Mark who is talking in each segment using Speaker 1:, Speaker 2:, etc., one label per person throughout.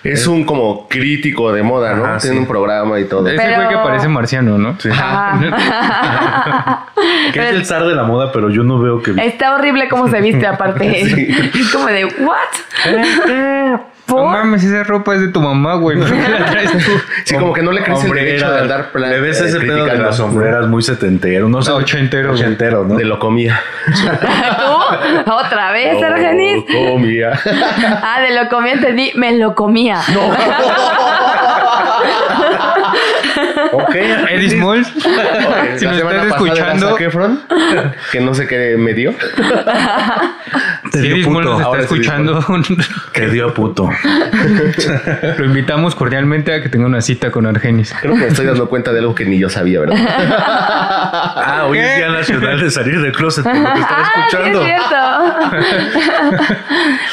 Speaker 1: Es un como crítico de moda, ¿no?
Speaker 2: Ajá,
Speaker 1: Tiene
Speaker 2: sí. Eh,
Speaker 1: un programa y todo.
Speaker 3: Ese
Speaker 4: Pero-
Speaker 3: güey que parece marciano, ¿no?
Speaker 4: Ajá.
Speaker 2: Que es el zar de la moda, pero yo no veo que.
Speaker 4: Está horrible cómo se viste, aparte. Es como de, ¿what?
Speaker 3: No
Speaker 4: ¿Por?
Speaker 3: mames, esa ropa es de tu mamá, güey. ¿Por qué la traes tú?
Speaker 1: Sí, como que no le crece el derecho de andar plan-
Speaker 2: Le ves
Speaker 1: eh,
Speaker 2: ese pedo de
Speaker 1: criticando.
Speaker 2: las sombreras muy setentero, no sé.
Speaker 3: No, ochentero, güey.
Speaker 2: Ochentero, ¿no?
Speaker 1: De lo comía.
Speaker 4: ¿Tú? ¿Otra vez, Argenis?
Speaker 1: Lo comía.
Speaker 4: Ah, de lo comía, entendí, me lo comía.
Speaker 1: ok.
Speaker 3: Eddie Smalls,
Speaker 1: Ok,
Speaker 3: si
Speaker 1: la
Speaker 3: nos
Speaker 1: semana
Speaker 3: estás
Speaker 1: pasada era
Speaker 3: escuchando,
Speaker 1: Zac Efron, que no sé qué me dio.
Speaker 2: Te
Speaker 3: si
Speaker 2: dio
Speaker 3: Eddie Smalls
Speaker 2: puto.
Speaker 3: nos está
Speaker 1: ahora sí,
Speaker 3: escuchando,
Speaker 2: Te dio puto.
Speaker 3: lo invitamos cordialmente a que tenga una cita con Argenis.
Speaker 1: Creo que me estoy dando cuenta de algo que ni yo sabía, ¿verdad?
Speaker 2: Ah, hoy es Día Nacional de Salir del Closet, por lo que estaba
Speaker 4: Ah, sí es
Speaker 2: escuchando.
Speaker 4: cierto.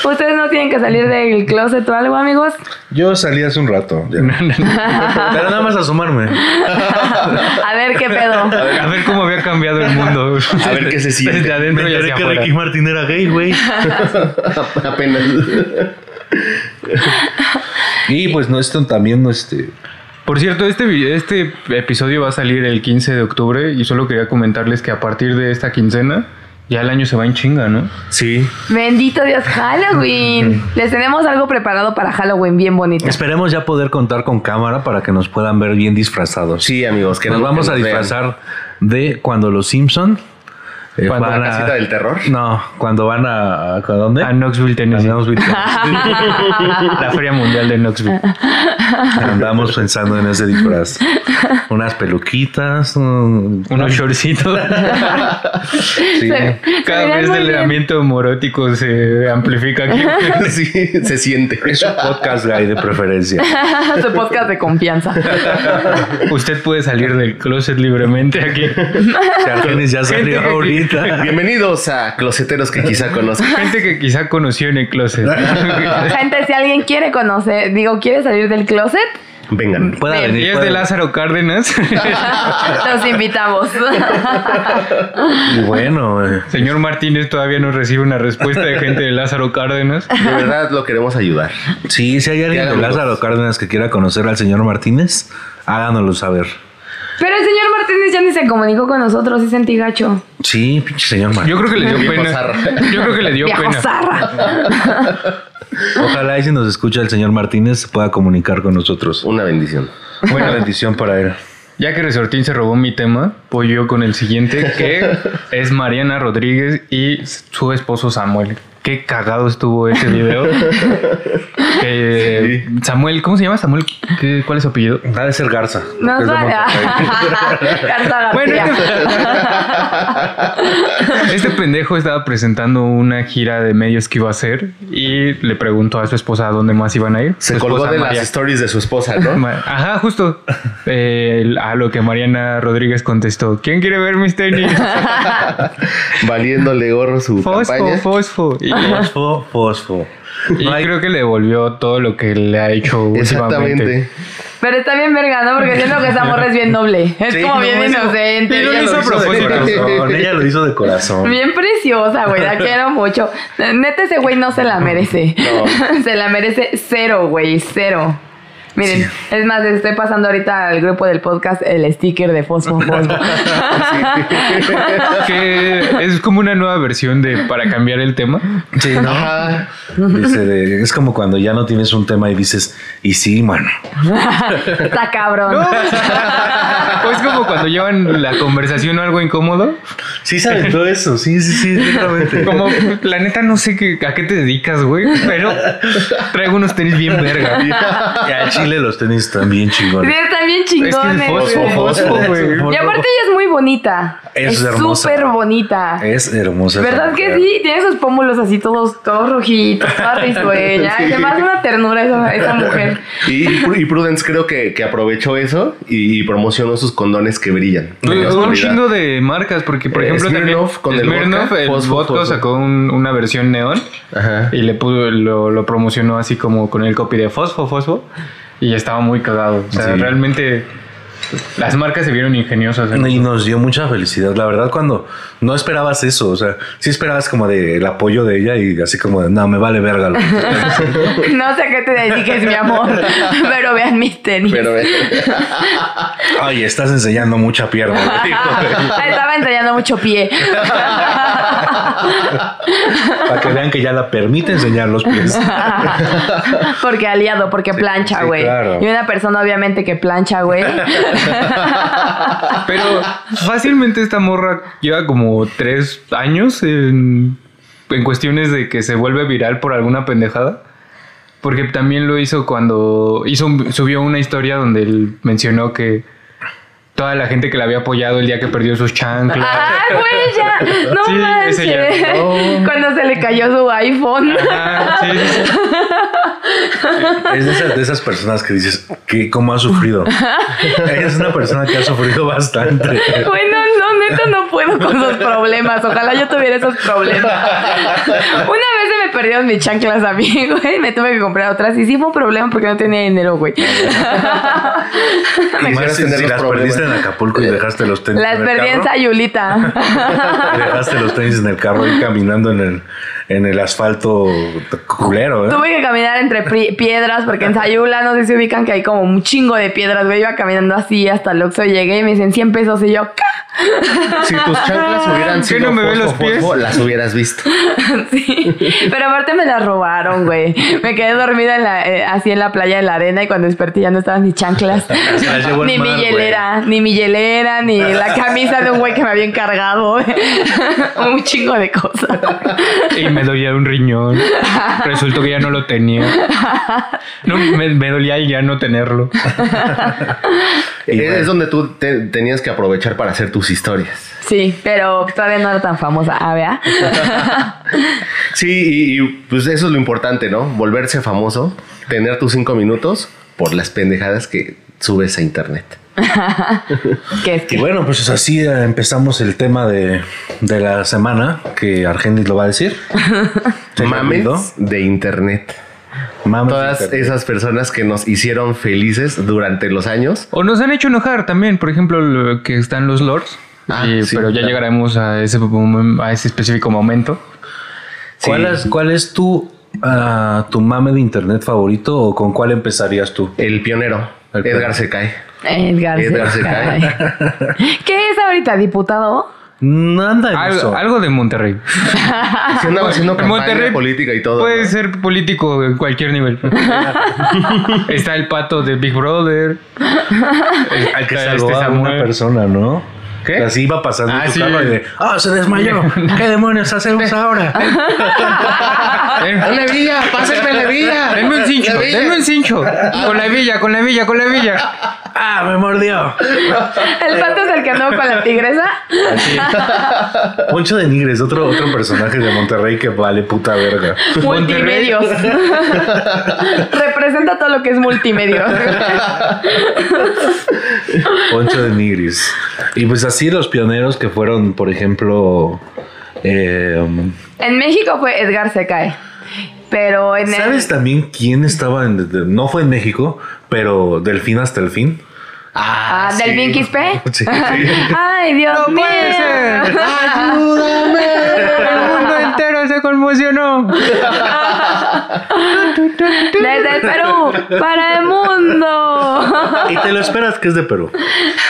Speaker 4: ¿Ustedes no tienen que salir del closet o algo, amigos?
Speaker 2: Yo salí hace un rato. ya. Pero nada más asomarme.
Speaker 4: A ver qué pedo.
Speaker 3: A ver cómo había cambiado el mundo.
Speaker 1: A ver qué se siente.
Speaker 3: Desde
Speaker 2: Me
Speaker 3: adentro y
Speaker 2: enteré
Speaker 3: hacia
Speaker 2: que
Speaker 3: afuera.
Speaker 2: Ricky Martin era gay, güey.
Speaker 1: Apenas.
Speaker 2: Y pues no, esto también no este.
Speaker 3: Por cierto, este, vi- este episodio va a salir el 15 de octubre y solo quería comentarles que a partir de esta quincena Ya el año se va en chinga, ¿no?
Speaker 2: Sí.
Speaker 4: Bendito Dios, Halloween. Les tenemos algo preparado para Halloween bien bonito.
Speaker 2: Esperemos ya poder contar con cámara para que nos puedan ver bien disfrazados.
Speaker 1: Sí, amigos, que
Speaker 2: que nos
Speaker 1: no-
Speaker 2: vamos
Speaker 1: que
Speaker 2: a
Speaker 1: vean.
Speaker 2: disfrazar de cuando los Simpson eh,
Speaker 3: Cuando
Speaker 1: la casita del terror.
Speaker 2: No, cuando van a, ¿a dónde?
Speaker 3: A Knoxville, Tennessee.
Speaker 2: Andamos,
Speaker 3: La Feria Mundial de Knoxville.
Speaker 4: Ah,
Speaker 2: andamos pensando en ese disfraz. Unas peluquitas, un-
Speaker 3: Unos shortcitos.
Speaker 1: Sí.
Speaker 4: Se- se
Speaker 3: Cada
Speaker 4: verán
Speaker 3: vez
Speaker 4: muy
Speaker 3: el
Speaker 4: bien.
Speaker 3: elemento morótico se amplifica aquí.
Speaker 1: Sí, se siente.
Speaker 2: es un podcast gay de preferencia.
Speaker 4: Su podcast de confianza.
Speaker 3: Usted puede salir del closet libremente aquí.
Speaker 2: Si Argenis ya salió
Speaker 3: Gente que-
Speaker 2: ahorita.
Speaker 1: Bienvenidos a Closeteros que quizá conozcan.
Speaker 3: Gente que quizá conoció en el closet.
Speaker 4: Gente, si alguien quiere conocer, digo, quiere salir del closet,
Speaker 1: Vengan.
Speaker 2: Pueda
Speaker 4: Bien.
Speaker 3: Y
Speaker 2: venir.
Speaker 3: es
Speaker 2: pueda-
Speaker 3: de Lázaro Cárdenas.
Speaker 4: los invitamos.
Speaker 2: Y bueno, eh,
Speaker 3: Señor Martínez todavía no recibe una respuesta de gente de Lázaro Cárdenas.
Speaker 1: De verdad lo queremos ayudar.
Speaker 2: sí, si hay alguien de
Speaker 1: hagan
Speaker 2: Lázaro
Speaker 1: amigos.
Speaker 2: Cárdenas que quiera conocer al señor Martínez, háganoslo saber.
Speaker 4: Pero el señor Martínez ya ni se comunicó con nosotros, sí sentí gacho.
Speaker 2: Sí, pinche señor
Speaker 3: Yo
Speaker 2: Martínez.
Speaker 3: creo que le dio
Speaker 1: Viejo
Speaker 3: pena.
Speaker 1: zarra.
Speaker 3: Yo creo que le dio
Speaker 4: Viejo
Speaker 3: pena.
Speaker 4: zarra.
Speaker 2: Ojalá y si nos escucha el señor Martínez se pueda comunicar con nosotros.
Speaker 1: Una bendición.
Speaker 2: Buena bendición para él.
Speaker 3: Ya que Resortín se robó mi tema, voy yo con el siguiente, que es Mariana Rodríguez y su esposo Samuel. Qué cagado estuvo ese video. Que Samuel, ¿cómo se llama Samuel? ¿Qué- ¿Cuál es su apellido?
Speaker 2: Ha de ser Garza.
Speaker 4: No
Speaker 2: porque es de
Speaker 4: sabe.
Speaker 2: Monterrey.
Speaker 4: Garza
Speaker 3: Bueno,
Speaker 4: García.
Speaker 3: este, este pendejo estaba presentando una gira de medios que iba a hacer y le preguntó a su esposa a dónde más iban a ir.
Speaker 1: Se
Speaker 3: Su
Speaker 1: colgó
Speaker 3: esposa
Speaker 1: de
Speaker 3: María.
Speaker 1: las stories de su esposa, ¿no?
Speaker 3: Ma- Ajá, justo. Eh, a lo que Mariana Rodríguez contestó: ¿Quién quiere ver mis tenis?
Speaker 1: Valiéndole gorro su
Speaker 3: Fosfo,
Speaker 1: campaña.
Speaker 3: fosfo. Y,
Speaker 2: Fosfo, fosfo.
Speaker 3: y
Speaker 2: No hay-
Speaker 3: creo que le devolvió todo lo que le ha hecho últimamente.
Speaker 1: Exactamente.
Speaker 4: Pero está bien verga, ¿no? Porque siento que esa morra es bien noble. Es
Speaker 2: Sí,
Speaker 4: como
Speaker 2: no,
Speaker 4: bien
Speaker 2: eso-
Speaker 4: inocente.
Speaker 3: Pero
Speaker 4: bien-
Speaker 3: hizo a
Speaker 2: de
Speaker 3: propósito.
Speaker 2: corazón, Ella lo hizo de corazón.
Speaker 4: Bien preciosa, güey, la quiero mucho. Neta, ese güey no se la merece. Se la merece cero, güey, cero. Miren, es más, les estoy pasando ahorita al grupo del podcast el sticker de Fosfo Fosfo.
Speaker 3: Que es como una nueva versión de para cambiar el tema.
Speaker 2: Sí, ¿no?
Speaker 1: Ajá.
Speaker 2: Dice de- es como cuando ya no tienes un tema y dices, y sí, mano.
Speaker 4: Está cabrón.
Speaker 3: O es como cuando llevan la conversación a algo incómodo.
Speaker 2: Sí se aventó eso, sí, sí, sí, exactamente.
Speaker 3: Como, la neta, no sé qué- a qué te dedicas, güey, pero traigo unos tenis bien verga.
Speaker 2: Y a Chile los tenis están bien
Speaker 4: Sí,
Speaker 2: chingones.
Speaker 4: están bien
Speaker 3: Es que
Speaker 4: chingones.
Speaker 3: es fosfo,
Speaker 4: güey.
Speaker 3: fosfo, güey.
Speaker 4: y aparte ella es muy bonita.
Speaker 2: Es
Speaker 4: Es
Speaker 2: hermosa.
Speaker 4: súper bonita.
Speaker 2: Es hermosa. esa
Speaker 4: ¿Verdad que
Speaker 2: mujer.
Speaker 4: sí? Tiene sus pómulos así todos, todos rojitos, toda risueña.
Speaker 1: Sí.
Speaker 4: Se me hace una ternura esa, esa mujer.
Speaker 1: Y, y Pru- y Prudence creo que, que aprovechó eso y, y promocionó sus condones que brillan. en la
Speaker 3: Un
Speaker 1: oscuridad.
Speaker 3: chingo de marcas, porque por
Speaker 1: Eh,
Speaker 3: ejemplo
Speaker 1: Smirnoff con
Speaker 3: también
Speaker 1: el
Speaker 3: Smirnoff,
Speaker 1: vodka,
Speaker 3: el
Speaker 1: fosfo,
Speaker 3: vodka
Speaker 1: fosfo.
Speaker 3: sacó un- una versión neón
Speaker 1: Ajá.
Speaker 3: y le pudo, lo, lo promocionó así como con el copy de fosfo, fosfo, y estaba muy cagado. O sea,
Speaker 2: Sí.
Speaker 3: realmente las marcas se vieron ingeniosas. ¿eh? ¿no?
Speaker 2: Y nos dio mucha felicidad, la verdad, cuando no esperabas eso, o sea, sí esperabas como de el apoyo de ella y así como de, no, me vale verga. lo que tú hagas".
Speaker 4: No sé qué te dediques, mi amor, pero vean mis tenis.
Speaker 1: Pero eh,
Speaker 2: Ay, estás enseñando mucha pierna. güey.
Speaker 4: Ah, Estaba enseñando mucho pie.
Speaker 2: Para que vean que ya la permite enseñar los pies.
Speaker 4: Porque aliado, porque plancha,
Speaker 2: sí,
Speaker 4: güey.
Speaker 2: claro.
Speaker 4: Y una persona, obviamente, que plancha, güey.
Speaker 3: Pero fácilmente esta morra lleva como tres años en, en cuestiones de que se vuelve viral por alguna pendejada. Porque también lo hizo cuando hizo, un- subió una historia donde él mencionó que toda la gente que la había apoyado el día que perdió sus chanclas.
Speaker 4: ¡Ah, güey, ya! ¡No
Speaker 3: Sí, ese
Speaker 4: manches!
Speaker 3: ya.
Speaker 4: Cuando se le cayó su iPhone.
Speaker 3: Ah, sí, sí, sí.
Speaker 2: Es de esas, de esas personas que dices, que ¿cómo ha sufrido? Ella es una persona que ha sufrido bastante.
Speaker 4: Güey, no, no, neta, no puedo con esos problemas. Ojalá yo tuviera esos problemas. Una vez se me perdieron mis chanclas a mí, güey. Me tuve que comprar otras. Y sí fue un problema porque no tenía dinero, güey.
Speaker 2: Y
Speaker 1: quieres
Speaker 2: más si,
Speaker 1: tener
Speaker 2: si
Speaker 1: los
Speaker 2: las
Speaker 1: problemas.
Speaker 2: perdiste en Acapulco y dejaste los tenis
Speaker 4: Las
Speaker 2: en el
Speaker 4: perdí en
Speaker 2: carro.
Speaker 4: Sayulita.
Speaker 2: Dejaste los tenis en el carro y caminando en el, en el asfalto culero, ¿eh?
Speaker 4: Tuve que caminar entre pri- piedras porque en Sayula no sé si ubican que hay como un chingo de piedras, güey. Iba caminando así hasta el Oxxo llegué y me dicen 100 pesos y yo, "Ca".
Speaker 1: Si tus chanclas hubieran
Speaker 3: ¿Qué
Speaker 1: sido
Speaker 3: no me ve
Speaker 1: fosfo,
Speaker 3: los pies?
Speaker 1: fosfo, las hubieras visto.
Speaker 4: Sí. Pero aparte me las robaron, güey. Me quedé dormida en la, eh, así en la playa de la arena y cuando desperté ya no estaban ni chanclas,
Speaker 2: Se las llevó el
Speaker 4: ni mi
Speaker 2: mar,
Speaker 4: hielera, ni mi hielera, ni la camisa de un güey que me había encargado. güey. un chingo de cosas.
Speaker 3: Y me dolía un riñón. Resultó que ya no lo tenía. No, me, me dolía el ya no tenerlo.
Speaker 1: Es
Speaker 2: Y bueno.
Speaker 1: donde tú te- tenías que aprovechar para hacer tus historias.
Speaker 4: Sí, pero todavía no era tan famosa. Ah, vea.
Speaker 1: Sí, y, y, pues eso es lo importante, ¿no? Volverse famoso, tener tus cinco minutos por las pendejadas que subes a internet.
Speaker 4: Que es
Speaker 2: Y
Speaker 4: que.
Speaker 2: bueno, pues así eh, empezamos el tema de, de la semana, que Argenis lo va a decir. ¿Se me
Speaker 1: Mames
Speaker 2: olvidó?
Speaker 1: de internet.
Speaker 2: Mames.
Speaker 1: Todas esas personas que nos hicieron felices durante los años.
Speaker 3: O nos han hecho enojar también, por ejemplo, lo que están los lords.
Speaker 1: Ah,
Speaker 3: Y-
Speaker 1: sí,
Speaker 3: pero ya
Speaker 1: claro.
Speaker 3: llegaremos a ese, momen- a ese específico momento.
Speaker 2: ¿Cuál, es, ¿Cuál es tu, ah, tu mame de internet favorito o con cuál empezarías tú?
Speaker 1: El pionero,
Speaker 2: El pionero.
Speaker 1: Edgar se cae.
Speaker 4: Edgar, se
Speaker 1: Edgar se
Speaker 4: cae. ¿Qué es ahorita, diputado?
Speaker 2: No anda en
Speaker 3: Algo,
Speaker 2: eso.
Speaker 3: algo de Monterrey.
Speaker 1: Se andaba haciendo
Speaker 3: En pues,
Speaker 1: campaña política y todo.
Speaker 3: Puede
Speaker 1: ¿no?
Speaker 3: ser político en cualquier nivel. está el pato de Big Brother.
Speaker 2: Hay que
Speaker 3: Este
Speaker 2: salvar a una
Speaker 3: Samuel.
Speaker 2: persona, ¿no?
Speaker 3: ¿Qué?
Speaker 2: Así iba pasando
Speaker 3: Ah,
Speaker 2: en
Speaker 3: sí.
Speaker 2: su carro y de, ¡ah, se desmayó! ¿Qué demonios hacemos ahora?
Speaker 3: Ven,
Speaker 1: Ah, ¡Dale villa! ¡Pásenme la villa!
Speaker 3: Eh. Denme un cincho,
Speaker 1: La villa. Ah.
Speaker 3: denme un cincho. Con la villa, con la villa, con la villa.
Speaker 2: ¡Ah, me mordió!
Speaker 4: El pato es el que andó con la tigresa.
Speaker 2: Poncho de Nigres, otro, otro personaje de Monterrey que vale puta verga.
Speaker 4: Multimedios. Representa todo lo que es multimedios.
Speaker 2: Poncho de Nigris. Y pues así los pioneros que fueron, por ejemplo, eh,
Speaker 4: En México fue Edgar se cae. Pero en el-
Speaker 2: ¿sabes también quién estaba en, de- no fue en México, pero del fin hasta el fin?
Speaker 4: Ah,
Speaker 1: sí.
Speaker 4: ¿Del Vin Quispe?
Speaker 2: Sí.
Speaker 4: Ay, Dios mío.
Speaker 3: puede ser. El mundo entero se conmocionó.
Speaker 4: Desde el Perú para el mundo.
Speaker 2: Y te lo esperas que es de Perú.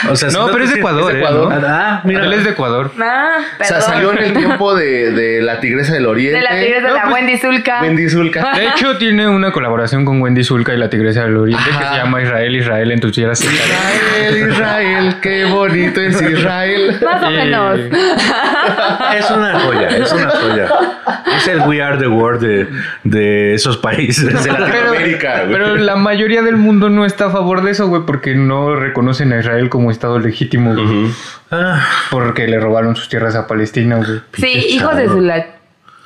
Speaker 2: O sea, si
Speaker 3: No, pero
Speaker 2: te
Speaker 3: es de
Speaker 2: sien-
Speaker 3: Ecuador,
Speaker 1: de
Speaker 3: ¿eh?
Speaker 1: Ecuador.
Speaker 3: ¿no?
Speaker 2: Ah, mira.
Speaker 3: Él es de Ecuador.
Speaker 4: Ah,
Speaker 1: O sea,
Speaker 4: perdón.
Speaker 1: salió en el tiempo de, de la tigresa del oriente.
Speaker 4: de la tigresa Ah. de
Speaker 3: No,
Speaker 4: la
Speaker 3: pues,
Speaker 4: Wendy Zulka.
Speaker 1: Wendy Zulka.
Speaker 3: De hecho, tiene una colaboración con Wendy Zulka y la Tigresa del Oriente que
Speaker 1: Ajá.
Speaker 3: se llama Israel, Israel, entusiasta.
Speaker 1: Israel, Israel, qué bonito es Israel.
Speaker 3: Eh,
Speaker 4: Más o menos.
Speaker 2: Es una joya, es una joya. Es el We Are the World de, de esos países. De
Speaker 1: Latinoamérica, güey.
Speaker 3: Pero la mayoría del mundo no está a favor de eso, güey, porque no reconocen a Israel como Estado legítimo, güey,
Speaker 2: Ah,
Speaker 3: porque le robaron sus tierras a Palestina, güey.
Speaker 4: Sí, hijos de su la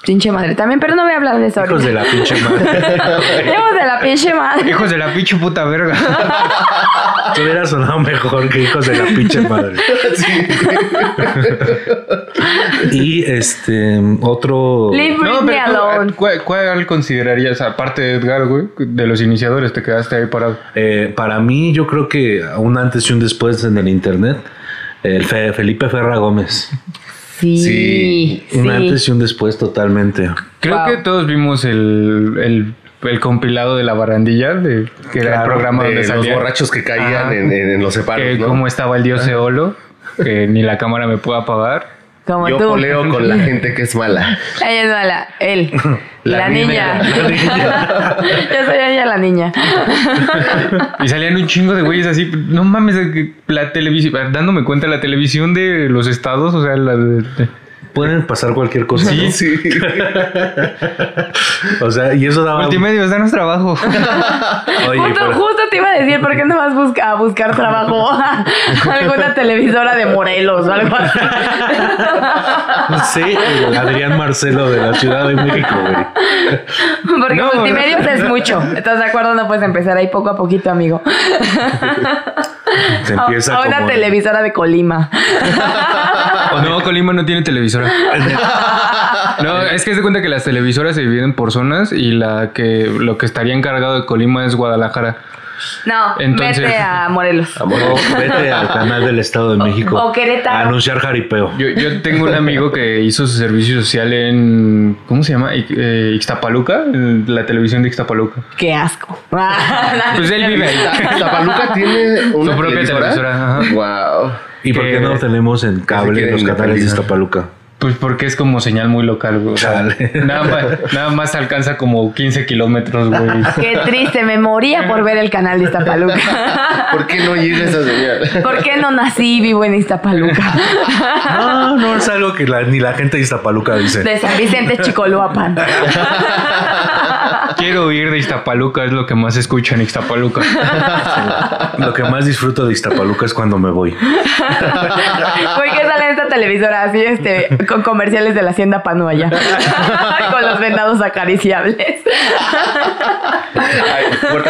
Speaker 4: pinche madre también, pero no voy a hablar de eso
Speaker 2: Hijos de
Speaker 4: ahorita.
Speaker 2: la pinche madre.
Speaker 4: Hijos de la pinche madre.
Speaker 3: Hijos de la pinche puta verga.
Speaker 2: Te hubiera sonado mejor que hijos de la pinche madre. y este otro.
Speaker 4: Leave Britney
Speaker 3: tú, eh,
Speaker 4: alone.
Speaker 3: ¿cuál, cuál considerarías, aparte de Edgar, güey, de los iniciadores, te quedaste ahí parado?
Speaker 2: eh, para mí, yo creo que un antes y un después en el internet. El Fe- Felipe Ferra Gómez.
Speaker 4: Sí.
Speaker 1: eh, Sí,
Speaker 2: Un antes y un después totalmente.
Speaker 3: Creo
Speaker 4: Wow.
Speaker 3: que todos vimos el, el- el compilado de la barandilla, de, que era
Speaker 2: Claro,
Speaker 3: el programa
Speaker 1: De
Speaker 3: donde
Speaker 1: los
Speaker 3: salía.
Speaker 1: borrachos que caían
Speaker 3: Ajá.
Speaker 1: en, en- en los separos,
Speaker 3: que
Speaker 1: ¿no?
Speaker 3: cómo estaba el dios Eolo, que ni la cámara me puede apagar.
Speaker 4: Como
Speaker 1: Yo
Speaker 4: tú.
Speaker 1: poleo con la gente que es mala.
Speaker 4: Ella es mala. Él. La,
Speaker 2: La
Speaker 4: niña.
Speaker 2: niña. La
Speaker 4: Yo soy ella la niña.
Speaker 3: Y salían un chingo de güeyes así, no mames, de que la televisión, dándome cuenta la televisión de los estados, o sea, la de- de-
Speaker 2: Pueden pasar cualquier cosa.
Speaker 3: Sí,
Speaker 1: Sí.
Speaker 2: ¿no? O sea, y eso daba.
Speaker 3: multimedios, danos trabajo.
Speaker 2: Oye,
Speaker 4: Justo,
Speaker 2: pero-
Speaker 4: justo te iba a decir, ¿por qué no vas busca- a buscar trabajo a alguna televisora de Morelos o algo así?
Speaker 2: Sí, el Adrián Marcelo de la Ciudad de México, güey.
Speaker 4: Porque
Speaker 3: No,
Speaker 4: multimedios es mucho. ¿Estás de acuerdo? No puedes empezar ahí poco a poquito, amigo.
Speaker 2: Se
Speaker 4: A-
Speaker 2: empieza
Speaker 4: a, una
Speaker 2: como-
Speaker 4: televisora de Colima.
Speaker 3: no, Colima no tiene televisora. No, es que se cuenta que las televisoras se dividen por zonas y la que lo que estaría encargado de Colima es Guadalajara.
Speaker 4: No,
Speaker 3: Entonces-
Speaker 4: vete a Morelos.
Speaker 1: Amor,
Speaker 2: No, vete al canal del Estado de México
Speaker 4: o Querétaro.
Speaker 2: a anunciar jaripeo.
Speaker 3: Yo, yo tengo un amigo que hizo su servicio social en. ¿Cómo se llama? Ix- eh, Ixtapaluca, en la televisión de Ixtapaluca.
Speaker 4: Qué asco.
Speaker 3: Pues él vive ahí.
Speaker 1: Tapaluca tiene una
Speaker 3: Su propia televisora, ajá.
Speaker 1: Wow.
Speaker 2: ¿Y por qué
Speaker 3: Que-
Speaker 2: no tenemos en
Speaker 1: que
Speaker 2: cable
Speaker 1: se
Speaker 2: los
Speaker 1: quieren
Speaker 2: canales de
Speaker 1: independizar.
Speaker 2: Iztapaluca?
Speaker 3: Pues porque es como señal muy local, güey. O sea,
Speaker 2: Chale.
Speaker 3: nada, más, nada más alcanza como 15 kilómetros, güey.
Speaker 4: Qué triste, me moría por ver el canal de Iztapaluca.
Speaker 1: ¿Por qué no llega esa señal?
Speaker 4: ¿Por qué no nací y vivo en Iztapaluca?
Speaker 2: No, no es algo que la- ni la gente de Iztapaluca dice.
Speaker 4: De San Vicente Chicoloapan.
Speaker 3: Quiero ir de Iztapaluca, es lo que más escucho en Iztapaluca.
Speaker 2: Lo que más disfruto de Iztapaluca es cuando me voy.
Speaker 4: ¿Por qué sale esta televisora así, este, con comerciales de la Hacienda Panuaya? con los venados acariciables.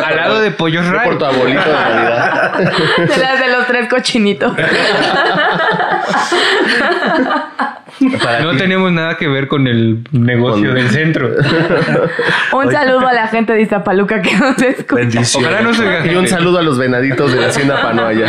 Speaker 3: Al lado de Pollos
Speaker 1: Fue por
Speaker 3: Ray.
Speaker 1: tu abuelito de Navidad.
Speaker 4: de las de los tres cochinitos.
Speaker 3: No tenemos nada que ver con el negocio del centro.
Speaker 4: Un saludo a la gente de Iztapaluca que nos escucha.
Speaker 2: Bendiciones.
Speaker 3: Ojalá no se
Speaker 1: Y un saludo a los venaditos de la hacienda Panoaya.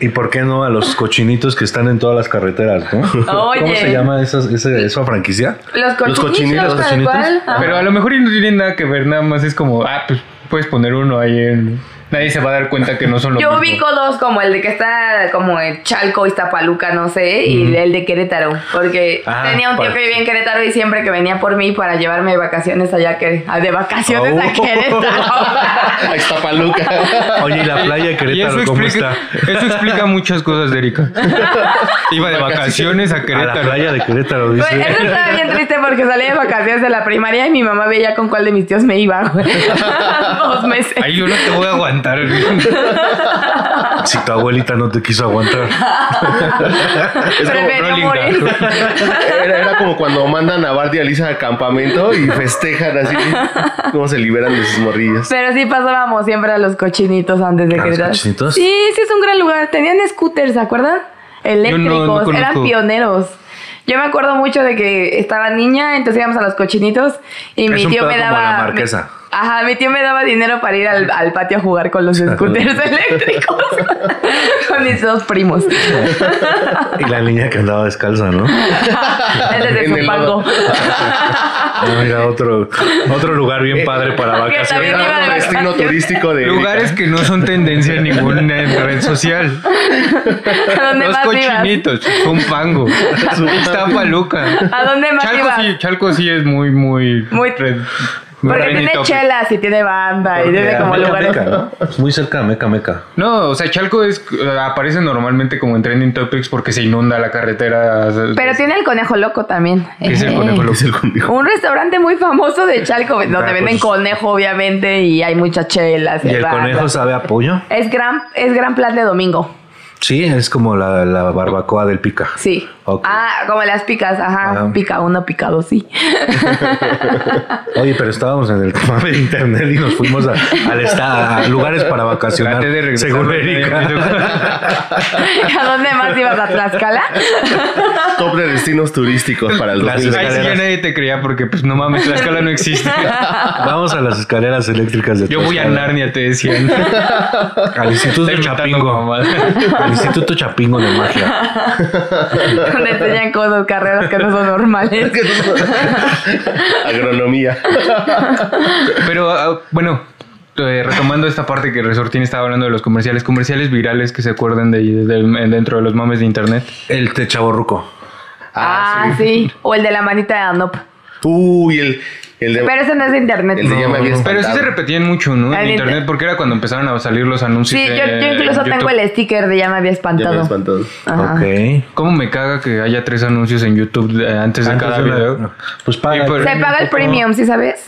Speaker 2: ¿Y por qué no a los cochinitos que están en todas las carreteras, no?
Speaker 4: Oye.
Speaker 2: ¿Cómo se llama esas- esa, esa franquicia?
Speaker 4: Los
Speaker 1: Los cochinitos,
Speaker 4: cochinitos,
Speaker 1: los
Speaker 4: tal cual. Ajá.
Speaker 3: Pero a lo mejor y no tienen nada que ver, nada más es como, ah, pues puedes poner uno ahí en. Nadie se va a dar cuenta que no son lo
Speaker 4: Yo
Speaker 3: mismo.
Speaker 4: ubico dos, como el de que está como en Chalco, Iztapaluca, no sé, y el de Querétaro, porque
Speaker 2: Ah,
Speaker 4: tenía un tío
Speaker 2: para-
Speaker 4: que vivía en Querétaro y siempre que venía por mí para llevarme de vacaciones allá, que, ah, de vacaciones a
Speaker 2: Oh.
Speaker 4: Querétaro.
Speaker 1: Ahí está Paluca.
Speaker 2: Oye, ¿y la playa de
Speaker 3: Y
Speaker 2: Querétaro
Speaker 3: eso
Speaker 2: cómo
Speaker 3: explica,
Speaker 2: está?
Speaker 3: eso explica muchas cosas de Erika. Iba de vacaciones a
Speaker 2: A la
Speaker 3: Querétaro.
Speaker 2: playa de Querétaro,
Speaker 4: Pues,
Speaker 2: dice.
Speaker 4: eso estaba bien triste porque salí de vacaciones de la primaria y mi mamá veía con cuál de mis tíos me iba, güey. Dos meses.
Speaker 3: Ay, yo no te voy a aguantar.
Speaker 2: Si tu abuelita no te quiso aguantar.
Speaker 1: Es como-
Speaker 4: Prefería
Speaker 3: Rolling
Speaker 4: morir.
Speaker 1: Era, era como cuando mandan a Bart y a Lisa al campamento y festejan así cómo se liberan de sus morrillas.
Speaker 4: Pero sí pasábamos siempre a los cochinitos antes de
Speaker 2: ¿A los
Speaker 4: Querétaro.
Speaker 2: cochinitos?
Speaker 4: Sí, sí es un gran lugar. Tenían scooters, ¿se acuerdan? Eléctricos,
Speaker 3: conozco.
Speaker 4: eran pioneros. Yo me acuerdo mucho de que estaba niña, entonces íbamos a los cochinitos y
Speaker 2: Es
Speaker 4: mi
Speaker 2: un
Speaker 4: tío
Speaker 2: pedo
Speaker 4: me
Speaker 2: como
Speaker 4: daba.
Speaker 2: la marquesa.
Speaker 4: mi- ajá, mi tío me daba dinero para ir al, al patio a jugar con los scooters eléctricos. con mis dos primos.
Speaker 2: Y la niña que andaba descalza, ¿no?
Speaker 4: Ese es
Speaker 1: En
Speaker 4: de
Speaker 1: el
Speaker 4: su pango.
Speaker 1: lodo.
Speaker 2: Ah, Mira, otro, otro lugar bien padre para
Speaker 4: Que
Speaker 2: vacaciones.
Speaker 4: también iba
Speaker 1: Era
Speaker 4: de
Speaker 1: un destino
Speaker 4: vacaciones.
Speaker 1: turístico de Erika.
Speaker 3: Lugares que no son tendencia en ninguna red social.
Speaker 4: ¿A dónde
Speaker 3: Los
Speaker 4: más ibas?
Speaker 3: cochinitos, un pango. Iztapaluca.
Speaker 4: ¿A dónde más
Speaker 3: Chalco
Speaker 4: ibas?
Speaker 3: sí, Chalco sí es muy, muy.
Speaker 4: Muy-
Speaker 3: red-
Speaker 4: Porque
Speaker 3: red
Speaker 4: tiene
Speaker 3: top.
Speaker 4: chelas y tiene banda y tiene
Speaker 2: Mira,
Speaker 4: como
Speaker 2: Meca,
Speaker 4: lugares.
Speaker 2: Meca, ¿no? Es muy cerca de Meca Meca.
Speaker 3: No, o sea, Chalco es, eh, aparece normalmente como en trending topics porque se inunda la carretera.
Speaker 4: Pero tiene el conejo loco también.
Speaker 3: ¿Qué
Speaker 2: Eh.
Speaker 3: es el conejo loco?
Speaker 1: Es el conmigo.
Speaker 4: Un restaurante muy famoso de Chalco, donde
Speaker 2: Tacos.
Speaker 4: venden conejo, obviamente, y hay muchas chelas.
Speaker 2: ¿Y el
Speaker 4: barra.
Speaker 2: conejo sabe a pollo?
Speaker 4: Es gran, es gran plan de domingo,
Speaker 2: Sí, es como la, la barbacoa del pica.
Speaker 4: sí.
Speaker 2: Ok.
Speaker 4: Ah, como las picas, ajá.
Speaker 2: Ajá.
Speaker 4: Pica uno, pica dos, sí.
Speaker 2: Oye, pero estábamos en el tema de internet y nos fuimos a, al esta- a lugares para vacacionar.
Speaker 3: Traté de regresar,
Speaker 2: según
Speaker 3: pero nadie me dio
Speaker 2: Erika.
Speaker 4: ¿A dónde más ibas? ¿A Tlaxcala?
Speaker 1: Top de destinos turísticos para el
Speaker 2: Las
Speaker 1: 2020.
Speaker 3: Ahí sí ya
Speaker 2: escaleras.
Speaker 3: nadie te creía porque, pues, no mames, la escala no existe.
Speaker 2: Vamos a las escaleras eléctricas de
Speaker 3: Yo voy a
Speaker 2: Tlaxcala.
Speaker 3: Narnia, te decían.
Speaker 2: Al Instituto
Speaker 3: Estoy inventando
Speaker 2: Chapingo.
Speaker 3: mamadas.
Speaker 2: Al Instituto Chapingo de Magia.
Speaker 4: Donde enseñan cosas, carreras que no son normales.
Speaker 1: Agronomía.
Speaker 3: Pero ah, bueno, eh, retomando esta parte que Resortín estaba hablando de los comerciales, comerciales virales que se acuerden de, de- dentro de los mames de internet.
Speaker 2: El Techaborruco.
Speaker 4: Ah, sí. O el de la manita de Anop.
Speaker 1: Uy, el, el de.
Speaker 4: Pero ese no es de internet.
Speaker 1: El de ya me había
Speaker 3: Pero sí
Speaker 1: espantado.
Speaker 3: se repetían mucho, ¿no?
Speaker 4: Al
Speaker 3: En
Speaker 4: inter-
Speaker 3: internet, porque era cuando empezaron a salir los anuncios.
Speaker 4: Sí, yo,
Speaker 3: eh,
Speaker 4: yo incluso
Speaker 3: en
Speaker 4: tengo
Speaker 3: YouTube.
Speaker 4: el sticker de ya
Speaker 1: Ya
Speaker 4: me había
Speaker 1: me había
Speaker 4: espantado.
Speaker 1: espantado.
Speaker 4: Ajá.
Speaker 2: Ok.
Speaker 3: ¿Cómo me caga que haya tres anuncios en YouTube de- antes de
Speaker 2: Antes
Speaker 3: cada
Speaker 2: de una-
Speaker 3: video?
Speaker 2: Pues paga.
Speaker 3: Sí, pero-
Speaker 4: Se paga el premium, ¿sí sabes?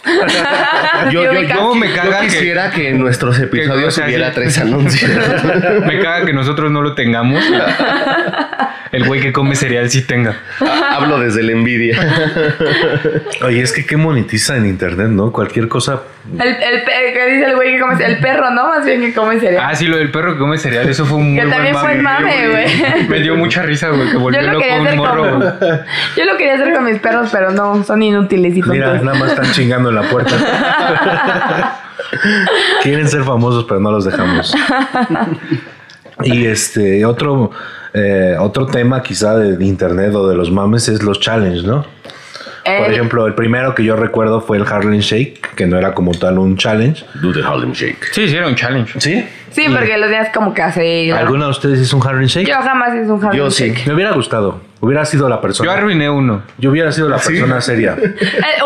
Speaker 1: Yo- yo-
Speaker 4: ubicas.
Speaker 3: ¿Cómo me caga
Speaker 1: Yo
Speaker 3: que,
Speaker 1: quisiera que en nuestros episodios
Speaker 3: o sea,
Speaker 1: hubiera
Speaker 3: sí.
Speaker 1: tres anuncios.
Speaker 3: me caga que nosotros no lo tengamos? El güey
Speaker 1: Ah,
Speaker 3: que come cereal sí tenga.
Speaker 1: Hablo desde la envidia.
Speaker 2: pues, Oye, es que qué monetiza en internet, ¿no? Cualquier cosa.
Speaker 4: El, el, pe- ¿qué dice el güey que come ce- El perro, ¿no? Más bien que come cereal.
Speaker 3: Ah, sí, lo del perro que come cereal, eso fue un muy
Speaker 4: Que
Speaker 3: buen
Speaker 4: también fue mame, güey.
Speaker 3: Me dio mucha risa, güey, que
Speaker 4: Yo
Speaker 3: volvió
Speaker 4: lo
Speaker 3: loco
Speaker 4: quería
Speaker 3: un
Speaker 4: hacer
Speaker 3: morro.
Speaker 4: con...
Speaker 3: güey.
Speaker 4: Yo lo quería hacer con mis perros, pero no, son inútiles y
Speaker 2: Mira,
Speaker 4: tontos.
Speaker 2: nada más están chingando en la puerta. Quieren ser famosos, pero no los dejamos. Y este, otro, eh, otro tema quizá de internet o de los mames es los challenges, ¿no? Por
Speaker 4: Eh,
Speaker 2: ejemplo, el primero que yo recuerdo fue el Harlem Shake, que no era como tal un challenge.
Speaker 1: Do the Harlem Shake.
Speaker 3: Sí, hicieron un challenge.
Speaker 2: ¿Sí?
Speaker 4: sí, porque los días como que así.
Speaker 2: ¿Alguno de ustedes hizo un Harlem Shake?
Speaker 4: Yo jamás hice un jardín.
Speaker 1: Yo sí.
Speaker 2: Me hubiera gustado. Hubiera sido la
Speaker 3: Yo
Speaker 2: persona.
Speaker 3: arruiné uno.
Speaker 2: Yo hubiera sido la persona seria.
Speaker 4: Eh,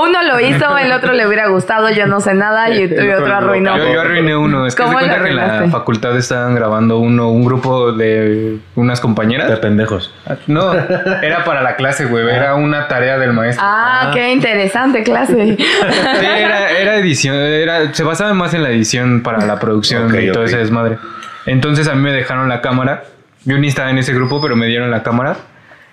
Speaker 4: Uno lo hizo, el otro le hubiera gustado, yo no sé nada y, y otro arruinó.
Speaker 3: Yo, yo arruiné uno. Es que se
Speaker 4: ¿Cómo lo
Speaker 3: cuenta que en la
Speaker 4: arruinaste?
Speaker 3: facultad estaban grabando uno, un grupo de unas
Speaker 2: De
Speaker 3: compañeras.
Speaker 2: pendejos.
Speaker 3: No, era para la clase, güey. Era una tarea del maestro.
Speaker 4: Ah, qué interesante clase.
Speaker 3: Sí, era, era edición, era, se basaba más en la edición para la producción
Speaker 2: Ok,
Speaker 3: y todo
Speaker 2: ok.
Speaker 3: ese desmadre. Entonces a mí me dejaron la cámara. Yo ni estaba en ese grupo, pero me dieron la cámara.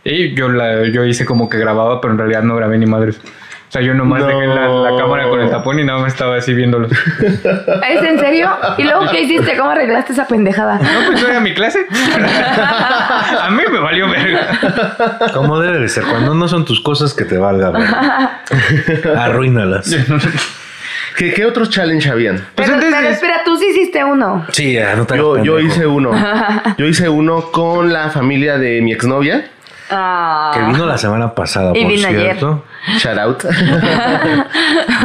Speaker 3: Y yo, la, yo hice como que grababa, pero en realidad no grabé ni madres. O sea, yo nomás
Speaker 1: No.
Speaker 3: dejé la, la cámara con el tapón y nada más estaba así viéndolos.
Speaker 4: ¿Es en serio? ¿Y luego qué hiciste? ¿Cómo arreglaste esa pendejada?
Speaker 3: No, pues no era mi clase. a mí me valió verga.
Speaker 2: Como debe de ser. Cuando no son tus cosas que te valga. güey. Arruínalas.
Speaker 1: ¿Qué, qué otros challenge habían?
Speaker 3: Pues
Speaker 4: pero,
Speaker 3: antes
Speaker 4: pero
Speaker 3: de-
Speaker 4: espera, tú sí hiciste uno.
Speaker 2: Sí, ya, no te hagas
Speaker 1: Yo, yo
Speaker 2: pendejo.
Speaker 1: hice uno. Yo hice uno con la familia de mi exnovia.
Speaker 4: Ah.
Speaker 2: Que vino la semana pasada,
Speaker 4: Y
Speaker 2: por
Speaker 4: vino ayer.
Speaker 2: cierto.
Speaker 1: Shout out.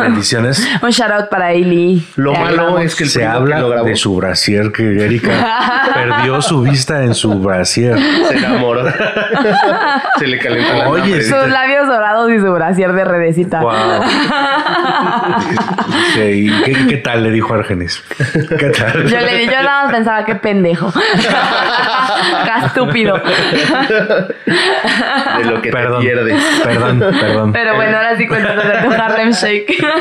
Speaker 2: Bendiciones.
Speaker 4: Un shout out para Eli.
Speaker 1: Lo
Speaker 4: Te
Speaker 1: malo
Speaker 4: amamos.
Speaker 1: es que el
Speaker 2: Se
Speaker 1: primo que
Speaker 2: habla
Speaker 1: lo grabó
Speaker 2: de su brasier que Erika perdió su vista en su brasier.
Speaker 1: se enamoró. se le calentó la
Speaker 2: Oye,
Speaker 1: lámpara.
Speaker 4: Sus labios dorados y su brasier de redecita.
Speaker 2: Wow. Dice, ¿y qué, qué tal? Le dijo Argenis. ¿Qué tal?
Speaker 4: Yo le yo nada más pensaba, qué pendejo. Qué estúpido.
Speaker 1: de lo que
Speaker 2: Perdón,
Speaker 1: te pierdes.
Speaker 2: perdón, perdón.
Speaker 4: Pero bueno, ahora sí cuéntanos de tu Harlem Shake.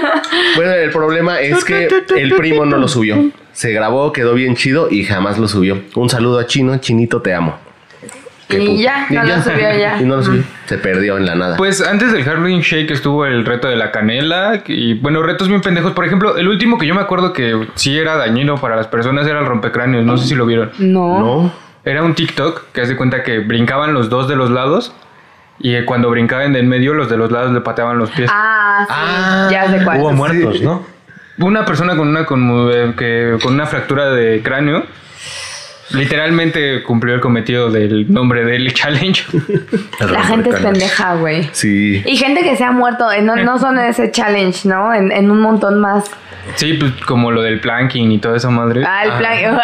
Speaker 1: Bueno, el problema es que el primo no lo subió. Se grabó, quedó bien chido y jamás lo subió. Un saludo a Chino, Chinito, te amo. Qué
Speaker 4: Y
Speaker 1: puto.
Speaker 4: ya, no
Speaker 1: Y
Speaker 4: lo subió ya.
Speaker 1: Y no lo subió. Se perdió en la nada.
Speaker 3: Pues antes del Halloween Shake estuvo el reto de la canela y bueno, retos bien pendejos. Por ejemplo, el último que yo me acuerdo que sí era dañino para las personas era el rompecráneos, no sé si lo vieron.
Speaker 4: No.
Speaker 1: no.
Speaker 3: Era un TikTok que hace cuenta que brincaban los dos de los lados y eh, cuando brincaban de en medio los de los lados le pateaban los pies.
Speaker 4: Ah, sí.
Speaker 1: Ah,
Speaker 4: ya sé cuál.
Speaker 2: Hubo muertos, ¿no?
Speaker 3: Una persona con una conmu- eh, que- con una fractura de cráneo literalmente cumplió el cometido del nombre del challenge.
Speaker 4: La gente es pendeja, güey.
Speaker 1: Sí.
Speaker 4: Y gente que se ha muerto, eh, no, no son ese challenge, ¿no? En, en un montón más.
Speaker 3: Sí, pues como lo del planking y toda esa madre.
Speaker 4: Ah, el plan.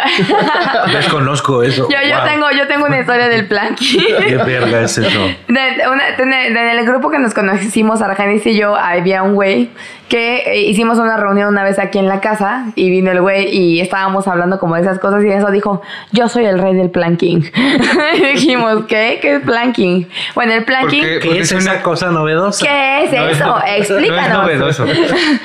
Speaker 2: Desconozco eso.
Speaker 4: yo, yo
Speaker 2: Wow.
Speaker 4: tengo, yo tengo una historia del planqui.
Speaker 2: ¿Qué verga es eso?
Speaker 4: De- una- ten- de- en el grupo que nos conocimos, Argenis y yo, había un güey que eh, hicimos una reunión una vez aquí en la casa y vino el güey y estábamos hablando como de esas cosas y en eso dijo, yo soy el rey del planking. y dijimos, ¿qué? ¿Qué es planking? Bueno, el planking...
Speaker 3: qué?
Speaker 2: ¿Qué es una cosa novedosa?
Speaker 4: ¿Qué es
Speaker 3: No es
Speaker 4: eso?
Speaker 3: no- no es
Speaker 4: Explícanos.
Speaker 3: novedoso.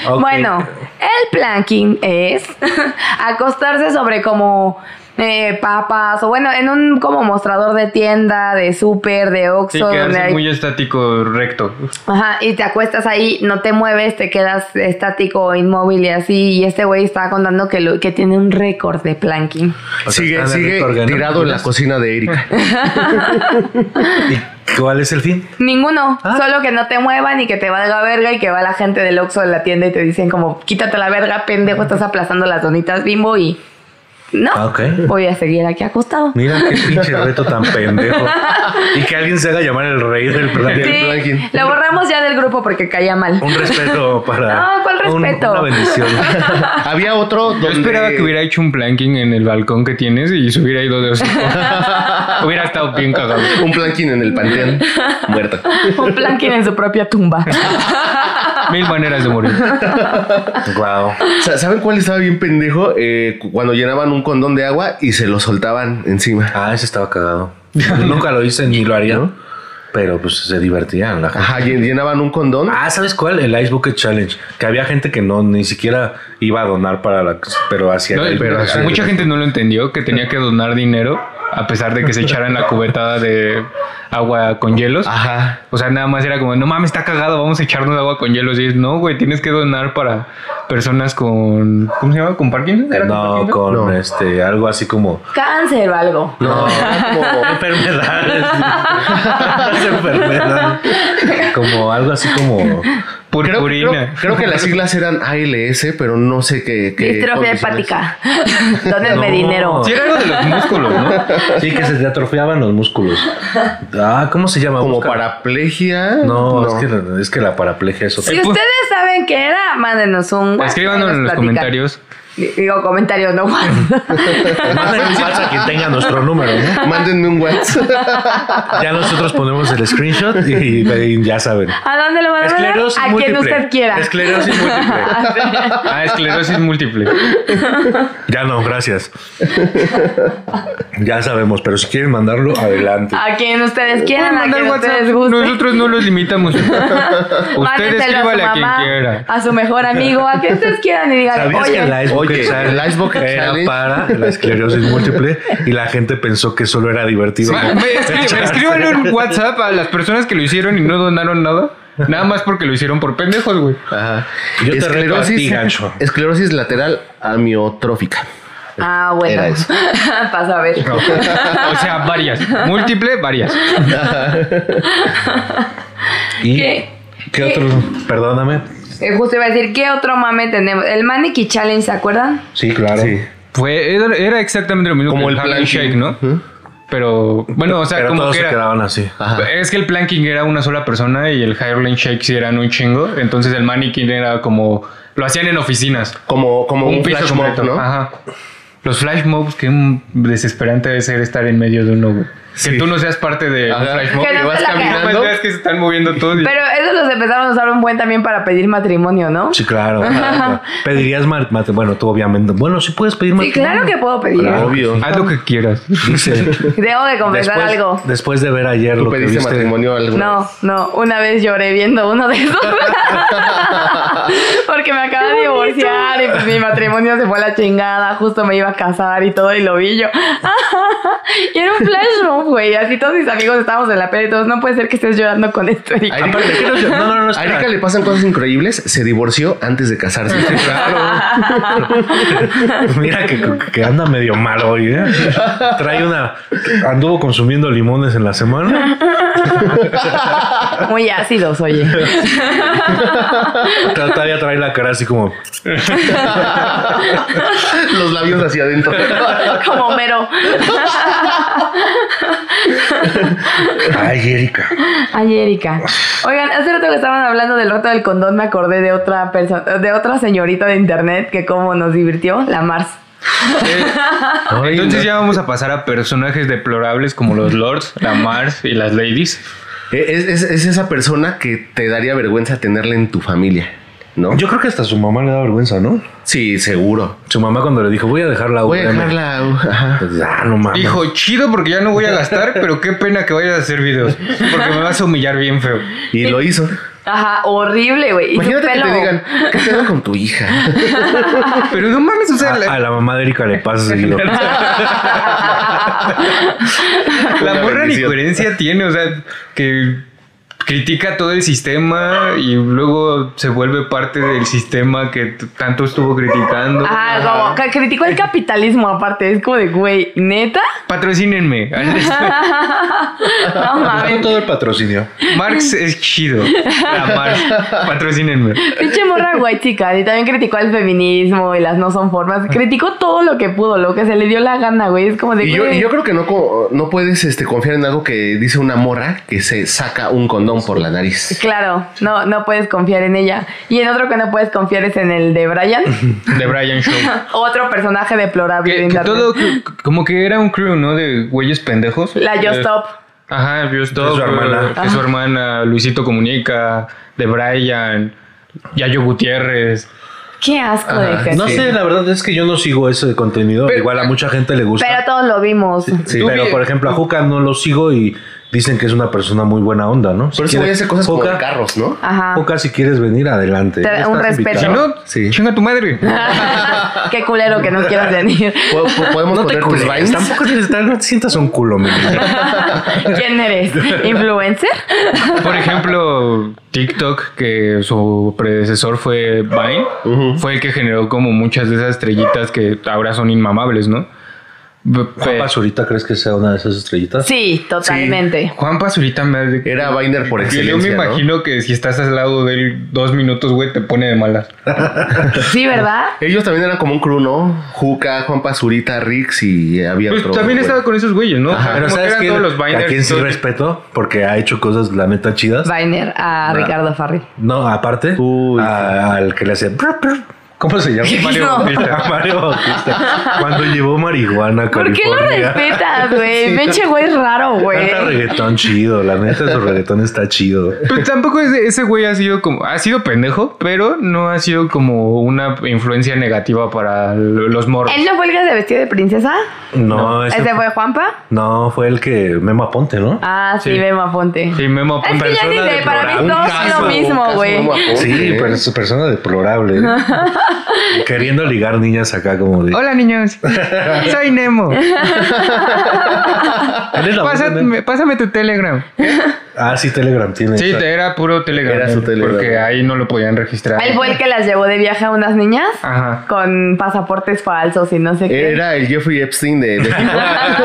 Speaker 2: Ok.
Speaker 4: Bueno, el planking es acostarse sobre como eh, papas o bueno, en un como mostrador de tienda, de súper, de
Speaker 3: Sí,
Speaker 4: Oxxo, donde
Speaker 3: quedarse
Speaker 4: hay
Speaker 3: muy estático, recto.
Speaker 4: Ajá, y te acuestas ahí, no te mueves, te quedas estático, inmóvil y así. Y este güey estaba contando que, lo- que tiene un récord de planking.
Speaker 2: O sea,
Speaker 1: sigue
Speaker 2: están en
Speaker 1: sigue
Speaker 2: rico orgánico.
Speaker 1: tirado en la cocina de Erika.
Speaker 2: ¿Y cuál es el fin?
Speaker 4: Ninguno,
Speaker 2: Ah.
Speaker 4: solo que no te muevan y que te valga verga y que va la gente del Oxxo de la tienda y te dicen como, quítate la verga, pendejo, estás aplastando las donitas bimbo y... No,
Speaker 2: Ah, ok.
Speaker 4: voy a seguir aquí acostado.
Speaker 2: Mira qué pinche reto tan pendejo. Y que alguien se haga llamar el rey del planeta.
Speaker 4: Sí,
Speaker 1: planking.
Speaker 4: lo borramos ya del grupo porque caía mal.
Speaker 2: Un respeto para.
Speaker 4: No, Ah, ¿cuál
Speaker 2: un-
Speaker 4: respeto?
Speaker 2: una bendición.
Speaker 1: Había otro donde.
Speaker 3: Yo esperaba que hubiera hecho un planking en el balcón que tienes y se hubiera ido de hocico. hubiera estado bien cagado.
Speaker 1: Un planking en el panteón. Muerto.
Speaker 4: Un planking en su propia tumba.
Speaker 3: Mil maneras de morir.
Speaker 2: Wow.
Speaker 1: Sa- ¿Saben cuál estaba bien pendejo? Eh, cu- cuando llenaban un condón de agua y se lo soltaban encima.
Speaker 2: Ah, ese estaba cagado. Nunca lo hice ni lo haría. Pero pues se divertían la gente.
Speaker 1: Ajá, llen- llenaban un condón.
Speaker 2: Ah, ¿sabes cuál? El Ice Bucket Challenge. Que había gente que no ni siquiera iba a donar para la. Pero hacía.
Speaker 3: No,
Speaker 2: el-
Speaker 3: pero
Speaker 2: hacía-
Speaker 3: mucha gente no lo entendió, que tenía que donar dinero a pesar de que se echaran la cubetada de agua con hielos.
Speaker 1: Ajá.
Speaker 3: O sea, nada más era como, no mames, está cagado, vamos a echarnos agua con hielos. Y es, no, güey, tienes que donar para personas con. ¿Cómo se llama? ¿Con Parkinson? ¿Era
Speaker 2: No,
Speaker 3: Parkinson?
Speaker 2: con
Speaker 1: No.
Speaker 2: este, algo así como.
Speaker 4: Cáncer o algo.
Speaker 1: No, era como-
Speaker 2: Enfermedades. Las enfermedades. Como algo así como.
Speaker 1: Creo,
Speaker 3: Purpurina.
Speaker 1: creo- creo que las siglas eran ALS, pero no sé qué. qué
Speaker 4: Distrofia
Speaker 1: condiciones.
Speaker 4: hepática. Dónenme
Speaker 2: No.
Speaker 4: dinero.
Speaker 3: Sí, era algo de los músculos, ¿no?
Speaker 2: Sí, que se te atrofiaban los músculos. Ah, ¿cómo se llama?
Speaker 1: Como
Speaker 2: Busca-
Speaker 1: paraplegia.
Speaker 2: No, Es, que, es que la paraplegia es otra.
Speaker 4: Si ustedes saben qué era, mándenos un.
Speaker 3: Escríbanos en los
Speaker 4: platican.
Speaker 3: comentarios.
Speaker 4: Digo, comentarios, no
Speaker 2: Manden un WhatsApp a quien tenga nuestro número, ¿no?
Speaker 1: Mándenme un WhatsApp.
Speaker 2: Ya nosotros ponemos el screenshot y, y ya saben.
Speaker 4: ¿A dónde lo van a mandar?
Speaker 2: Esclerosis
Speaker 4: A quien
Speaker 2: múltiple.
Speaker 4: usted quiera.
Speaker 2: Esclerosis múltiple.
Speaker 3: Ah, esclerosis múltiple.
Speaker 2: Ya no, gracias. Ya sabemos, pero si quieren mandarlo, adelante.
Speaker 4: A quien ustedes quieran, a
Speaker 3: Mandar
Speaker 4: quien
Speaker 3: Eh, WhatsApp.
Speaker 4: ustedes gusten.
Speaker 3: Nosotros no los limitamos. Usted
Speaker 4: Mándenselo
Speaker 3: escríbale a, quien
Speaker 4: mamá,
Speaker 3: quiera.
Speaker 4: A su mejor amigo, a quien ustedes quieran y digan,
Speaker 2: ¿Sabías que
Speaker 4: oye,
Speaker 2: el Ice Bucket
Speaker 1: oye, el
Speaker 2: Challenge
Speaker 1: Ice Bucket
Speaker 2: era
Speaker 1: Challenge?
Speaker 2: para la esclerosis múltiple y la gente pensó que solo era divertido?
Speaker 3: Ma- me- escri- me Escríbanle un WhatsApp a las personas que lo hicieron y no donaron nada. Nada más porque lo hicieron por pendejos, güey.
Speaker 1: Ajá.
Speaker 2: Yo te reto a ti, gancho.
Speaker 1: esclerosis lateral amiotrófica.
Speaker 4: ah, bueno,
Speaker 1: Era eso.
Speaker 4: pasa a ver.
Speaker 3: O sea, varias. Múltiple, varias.
Speaker 2: ¿Y
Speaker 4: ¿Qué?
Speaker 2: qué otro? Perdóname.
Speaker 4: Eh, Justo iba a decir, ¿qué otro mame tenemos? El Mannequin Challenge, ¿se acuerdan?
Speaker 2: Sí, claro.
Speaker 3: Fue, era- era exactamente lo mismo
Speaker 1: Como
Speaker 3: que
Speaker 1: el
Speaker 3: handshake,
Speaker 1: planking.
Speaker 3: ¿no? Pero, bueno, o sea,
Speaker 2: pero
Speaker 3: como
Speaker 2: todos
Speaker 3: que
Speaker 2: se
Speaker 3: era-
Speaker 2: quedaban así.
Speaker 1: Ajá.
Speaker 3: Es que el planking era una sola persona y el Hireline Shake sí eran un chingo. Entonces el mannequin era como. Lo hacían en oficinas.
Speaker 1: Como, como un,
Speaker 3: piso
Speaker 1: flash mob,
Speaker 3: completo.
Speaker 1: ¿no?
Speaker 3: Ajá. Los flash mobs, que un desesperante debe ser estar en medio de uno, güey. Que tú no seas parte de un
Speaker 1: Ajá.
Speaker 3: flash
Speaker 1: Que
Speaker 3: mob.
Speaker 4: no
Speaker 3: y
Speaker 4: te
Speaker 3: vas
Speaker 4: la
Speaker 3: caminando.
Speaker 1: creas.
Speaker 3: pues, ves que se están moviendo todos. y-
Speaker 4: Pero esos los empezaron a usar un buen también para pedir matrimonio, ¿no?
Speaker 2: Sí, claro. Pedirías mat- mat- Bueno, tú obviamente. Bueno, sí puedes pedir
Speaker 4: Sí, claro que puedo pedir.
Speaker 3: Pues,
Speaker 1: Claro. Obvio.
Speaker 3: Haz lo que quieras.
Speaker 2: Dice,
Speaker 4: Debo de confesar
Speaker 2: después,
Speaker 4: algo.
Speaker 2: después de ver ayer
Speaker 1: ¿Tú
Speaker 2: lo que
Speaker 1: pediste
Speaker 2: viste.
Speaker 1: matrimonio alguna
Speaker 4: No, no, una vez lloré viendo uno de esos. Porque me acaba de divorciar y pues mi matrimonio se fue a la chingada. Justo me iba a casar y todo y lo vi yo. y era un flash mob, güey. Así todos mis amigos estábamos en la peda y todos, no puede ser que estés llorando con este esto. Erika".
Speaker 1: Ay,
Speaker 2: Aparte, ¿qué nos- No, no, no,
Speaker 1: A
Speaker 2: espera.
Speaker 1: Erika le pasan cosas increíbles. Se divorció antes de casarse.
Speaker 2: Mira que, que anda medio mal hoy, ¿eh? Trae una. Anduvo consumiendo limones en la semana.
Speaker 4: Muy ácidos, oye.
Speaker 2: Todavía trae la cara así como.
Speaker 1: Los labios hacia adentro.
Speaker 4: Como mero.
Speaker 2: Ay, Erika.
Speaker 4: Ay, Erika. Oigan, hace rato que estaban hablando del rato del condón, me acordé de otra persona, de otra señorita de internet que como nos divirtió, la Mars.
Speaker 3: Entonces ya vamos a pasar a personajes deplorables como los lords, la Mars y las ladies.
Speaker 1: Es, es- es esa persona que te daría vergüenza tenerla en tu familia, ¿no?
Speaker 2: Yo creo que hasta su mamá le da vergüenza, ¿no?
Speaker 1: Sí, seguro.
Speaker 2: Su mamá cuando le dijo, voy a dejar la
Speaker 1: Voy a
Speaker 2: UVM".
Speaker 1: dejarla. ajá.
Speaker 2: Pues, ah, no mames.
Speaker 3: Dijo, chido porque ya no voy a gastar, pero qué pena que vayas a hacer videos. Porque me vas a humillar bien feo.
Speaker 1: Y lo hizo.
Speaker 4: Ajá, horrible, güey. Y su
Speaker 1: Imagínate que
Speaker 4: pelo.
Speaker 1: te digan, ¿qué pedo con tu hija?
Speaker 3: Pero no mames, o sea,
Speaker 2: A, a
Speaker 3: la,
Speaker 2: la mamá de Erika le pasa seguido.
Speaker 1: Ah,
Speaker 3: la
Speaker 1: Una
Speaker 3: morra ni
Speaker 1: bendición.
Speaker 3: coherencia tiene, o sea, que critica todo el sistema y luego se vuelve parte del sistema que t- tanto estuvo criticando.
Speaker 4: Ajá, Ah, como ca- criticó el capitalismo aparte, es como de, güey, ¿neta?
Speaker 3: Patrocínenme.
Speaker 4: No mames.
Speaker 2: todo el patrocinio.
Speaker 3: Marx es chido. La Marx. Patrocínenme.
Speaker 4: Pinche morra guay chica, y también criticó el feminismo y las no son formas. Criticó todo lo que pudo, lo que se le dio la gana, güey. Es como de,
Speaker 1: Y yo,
Speaker 4: güey,
Speaker 1: y yo creo que no, co- no puedes este, confiar en algo que dice una morra que se saca un condón por la nariz.
Speaker 4: Claro, no, no puedes confiar en ella. Y en otro que no puedes confiar es en el de Brian,
Speaker 3: De Brian Shaw.
Speaker 4: otro personaje deplorable de
Speaker 3: Que, que
Speaker 4: internet.
Speaker 3: todo, c- como que era un crew, ¿no? De güeyes pendejos.
Speaker 4: La Just
Speaker 3: Eh,
Speaker 4: Stop.
Speaker 3: Ajá, Yo Stop.
Speaker 2: su
Speaker 3: eh,
Speaker 2: hermana.
Speaker 3: Que su hermana, Luisito Comunica, de Brian, Yayo Gutiérrez.
Speaker 4: Qué asco de gente.
Speaker 2: No sé, la verdad es que yo no sigo ese contenido.
Speaker 3: Pero-
Speaker 2: Igual a mucha gente le gusta.
Speaker 4: Pero todos lo vimos.
Speaker 2: Sí,
Speaker 3: Tú
Speaker 2: pero
Speaker 3: vi-
Speaker 2: por ejemplo a Juca no lo sigo y dicen que es una persona muy buena onda, ¿no? Si
Speaker 1: Pero ese
Speaker 2: quiere-
Speaker 1: güey hace cosas como
Speaker 2: Poca-
Speaker 1: de carros, ¿no?
Speaker 4: Ajá.
Speaker 2: Poca, si quieres venir, adelante.
Speaker 4: Te-
Speaker 2: Estás
Speaker 4: un respeto.
Speaker 2: invitado.
Speaker 3: Si no,
Speaker 1: Sí.
Speaker 3: chinga tu madre.
Speaker 4: Qué culero que no quieras venir.
Speaker 1: Po- po- Podemos
Speaker 2: No te
Speaker 1: poner tus
Speaker 2: culeres,
Speaker 1: vines.
Speaker 2: Tampoco tienes- no te sientas un culo, mi niña.
Speaker 4: ¿Quién eres? ¿Influencer?
Speaker 3: Por ejemplo, TikTok, que su predecesor fue Vine, fue el que generó como muchas de esas estrellitas que ahora son inmamables, ¿no? B-
Speaker 2: Juan
Speaker 3: pe-
Speaker 2: Pazurita, ¿crees que sea una de esas estrellitas?
Speaker 4: Sí, totalmente.
Speaker 3: Juan Pazurita me...
Speaker 1: Era Viner por
Speaker 3: Yo- Yo
Speaker 1: excelencia.
Speaker 3: me
Speaker 1: ¿no?
Speaker 3: imagino que si estás al lado de él dos minutos, güey, te pone de malas.
Speaker 4: Sí, ¿verdad?
Speaker 1: Ellos también eran como un crew, ¿no? Juca, Juan Pazurita, Rix y eh, había
Speaker 3: Pues
Speaker 1: otro.
Speaker 3: también
Speaker 1: güey.
Speaker 3: estaba con esos güeyes, ¿no?
Speaker 1: Ajá.
Speaker 3: Como
Speaker 2: Pero
Speaker 3: que
Speaker 2: ¿sabes
Speaker 3: eran
Speaker 2: qué?
Speaker 3: todos los Viners,
Speaker 2: a quien sí
Speaker 3: todos-
Speaker 2: respeto, porque ha hecho cosas, la neta, chidas.
Speaker 4: Viner a Ricardo Farri.
Speaker 2: No, aparte,
Speaker 1: Uy.
Speaker 2: a- al que le hace... brr, brr. ¿Cómo se llama?
Speaker 4: Mario No.
Speaker 2: Bautista. Mario Bautista. Cuando llevó marihuana a
Speaker 4: ¿Por qué lo
Speaker 2: California.
Speaker 4: respetas, güey?
Speaker 2: Sí,
Speaker 4: Pinche güey raro, güey.
Speaker 2: Canta reggaetón chido, la neta su reggaetón está chido.
Speaker 3: Pero Pues tampoco ese, ese güey ha sido como... Ha sido pendejo, pero no ha sido como una influencia negativa para l- los morros.
Speaker 4: ¿Él no fue el que se vestió de princesa?
Speaker 2: No, ese,
Speaker 4: ¿Ese fue Juanpa?
Speaker 2: no fue el que Memo Aponte, ¿no?
Speaker 4: Ah, sí,
Speaker 3: Sí.
Speaker 4: Bema Aponte.
Speaker 3: Sí, Memo
Speaker 4: Es que
Speaker 3: Aponte.
Speaker 4: ya ni
Speaker 2: persona
Speaker 4: sé, para mí
Speaker 2: deplorable.
Speaker 4: todos
Speaker 2: Un
Speaker 4: son lo
Speaker 2: caso,
Speaker 4: mismo, güey.
Speaker 2: Sí, pero es persona deplorable. Queriendo ligar niñas acá como de.
Speaker 3: Hola, niños. Soy Nemo.
Speaker 2: ¿Eres la voz de Nemo?
Speaker 3: Pásame, pásame tu Telegram.
Speaker 2: Ah, sí, Telegram tiene.
Speaker 3: Sí, te- era puro Telegram.
Speaker 1: Era su Telegram.
Speaker 3: Porque ahí no lo podían registrar.
Speaker 4: Él fue el que las llevó de viaje a unas niñas
Speaker 3: Ajá.
Speaker 4: con pasaportes falsos y no sé qué.
Speaker 1: Era el Jeffrey Epstein de, de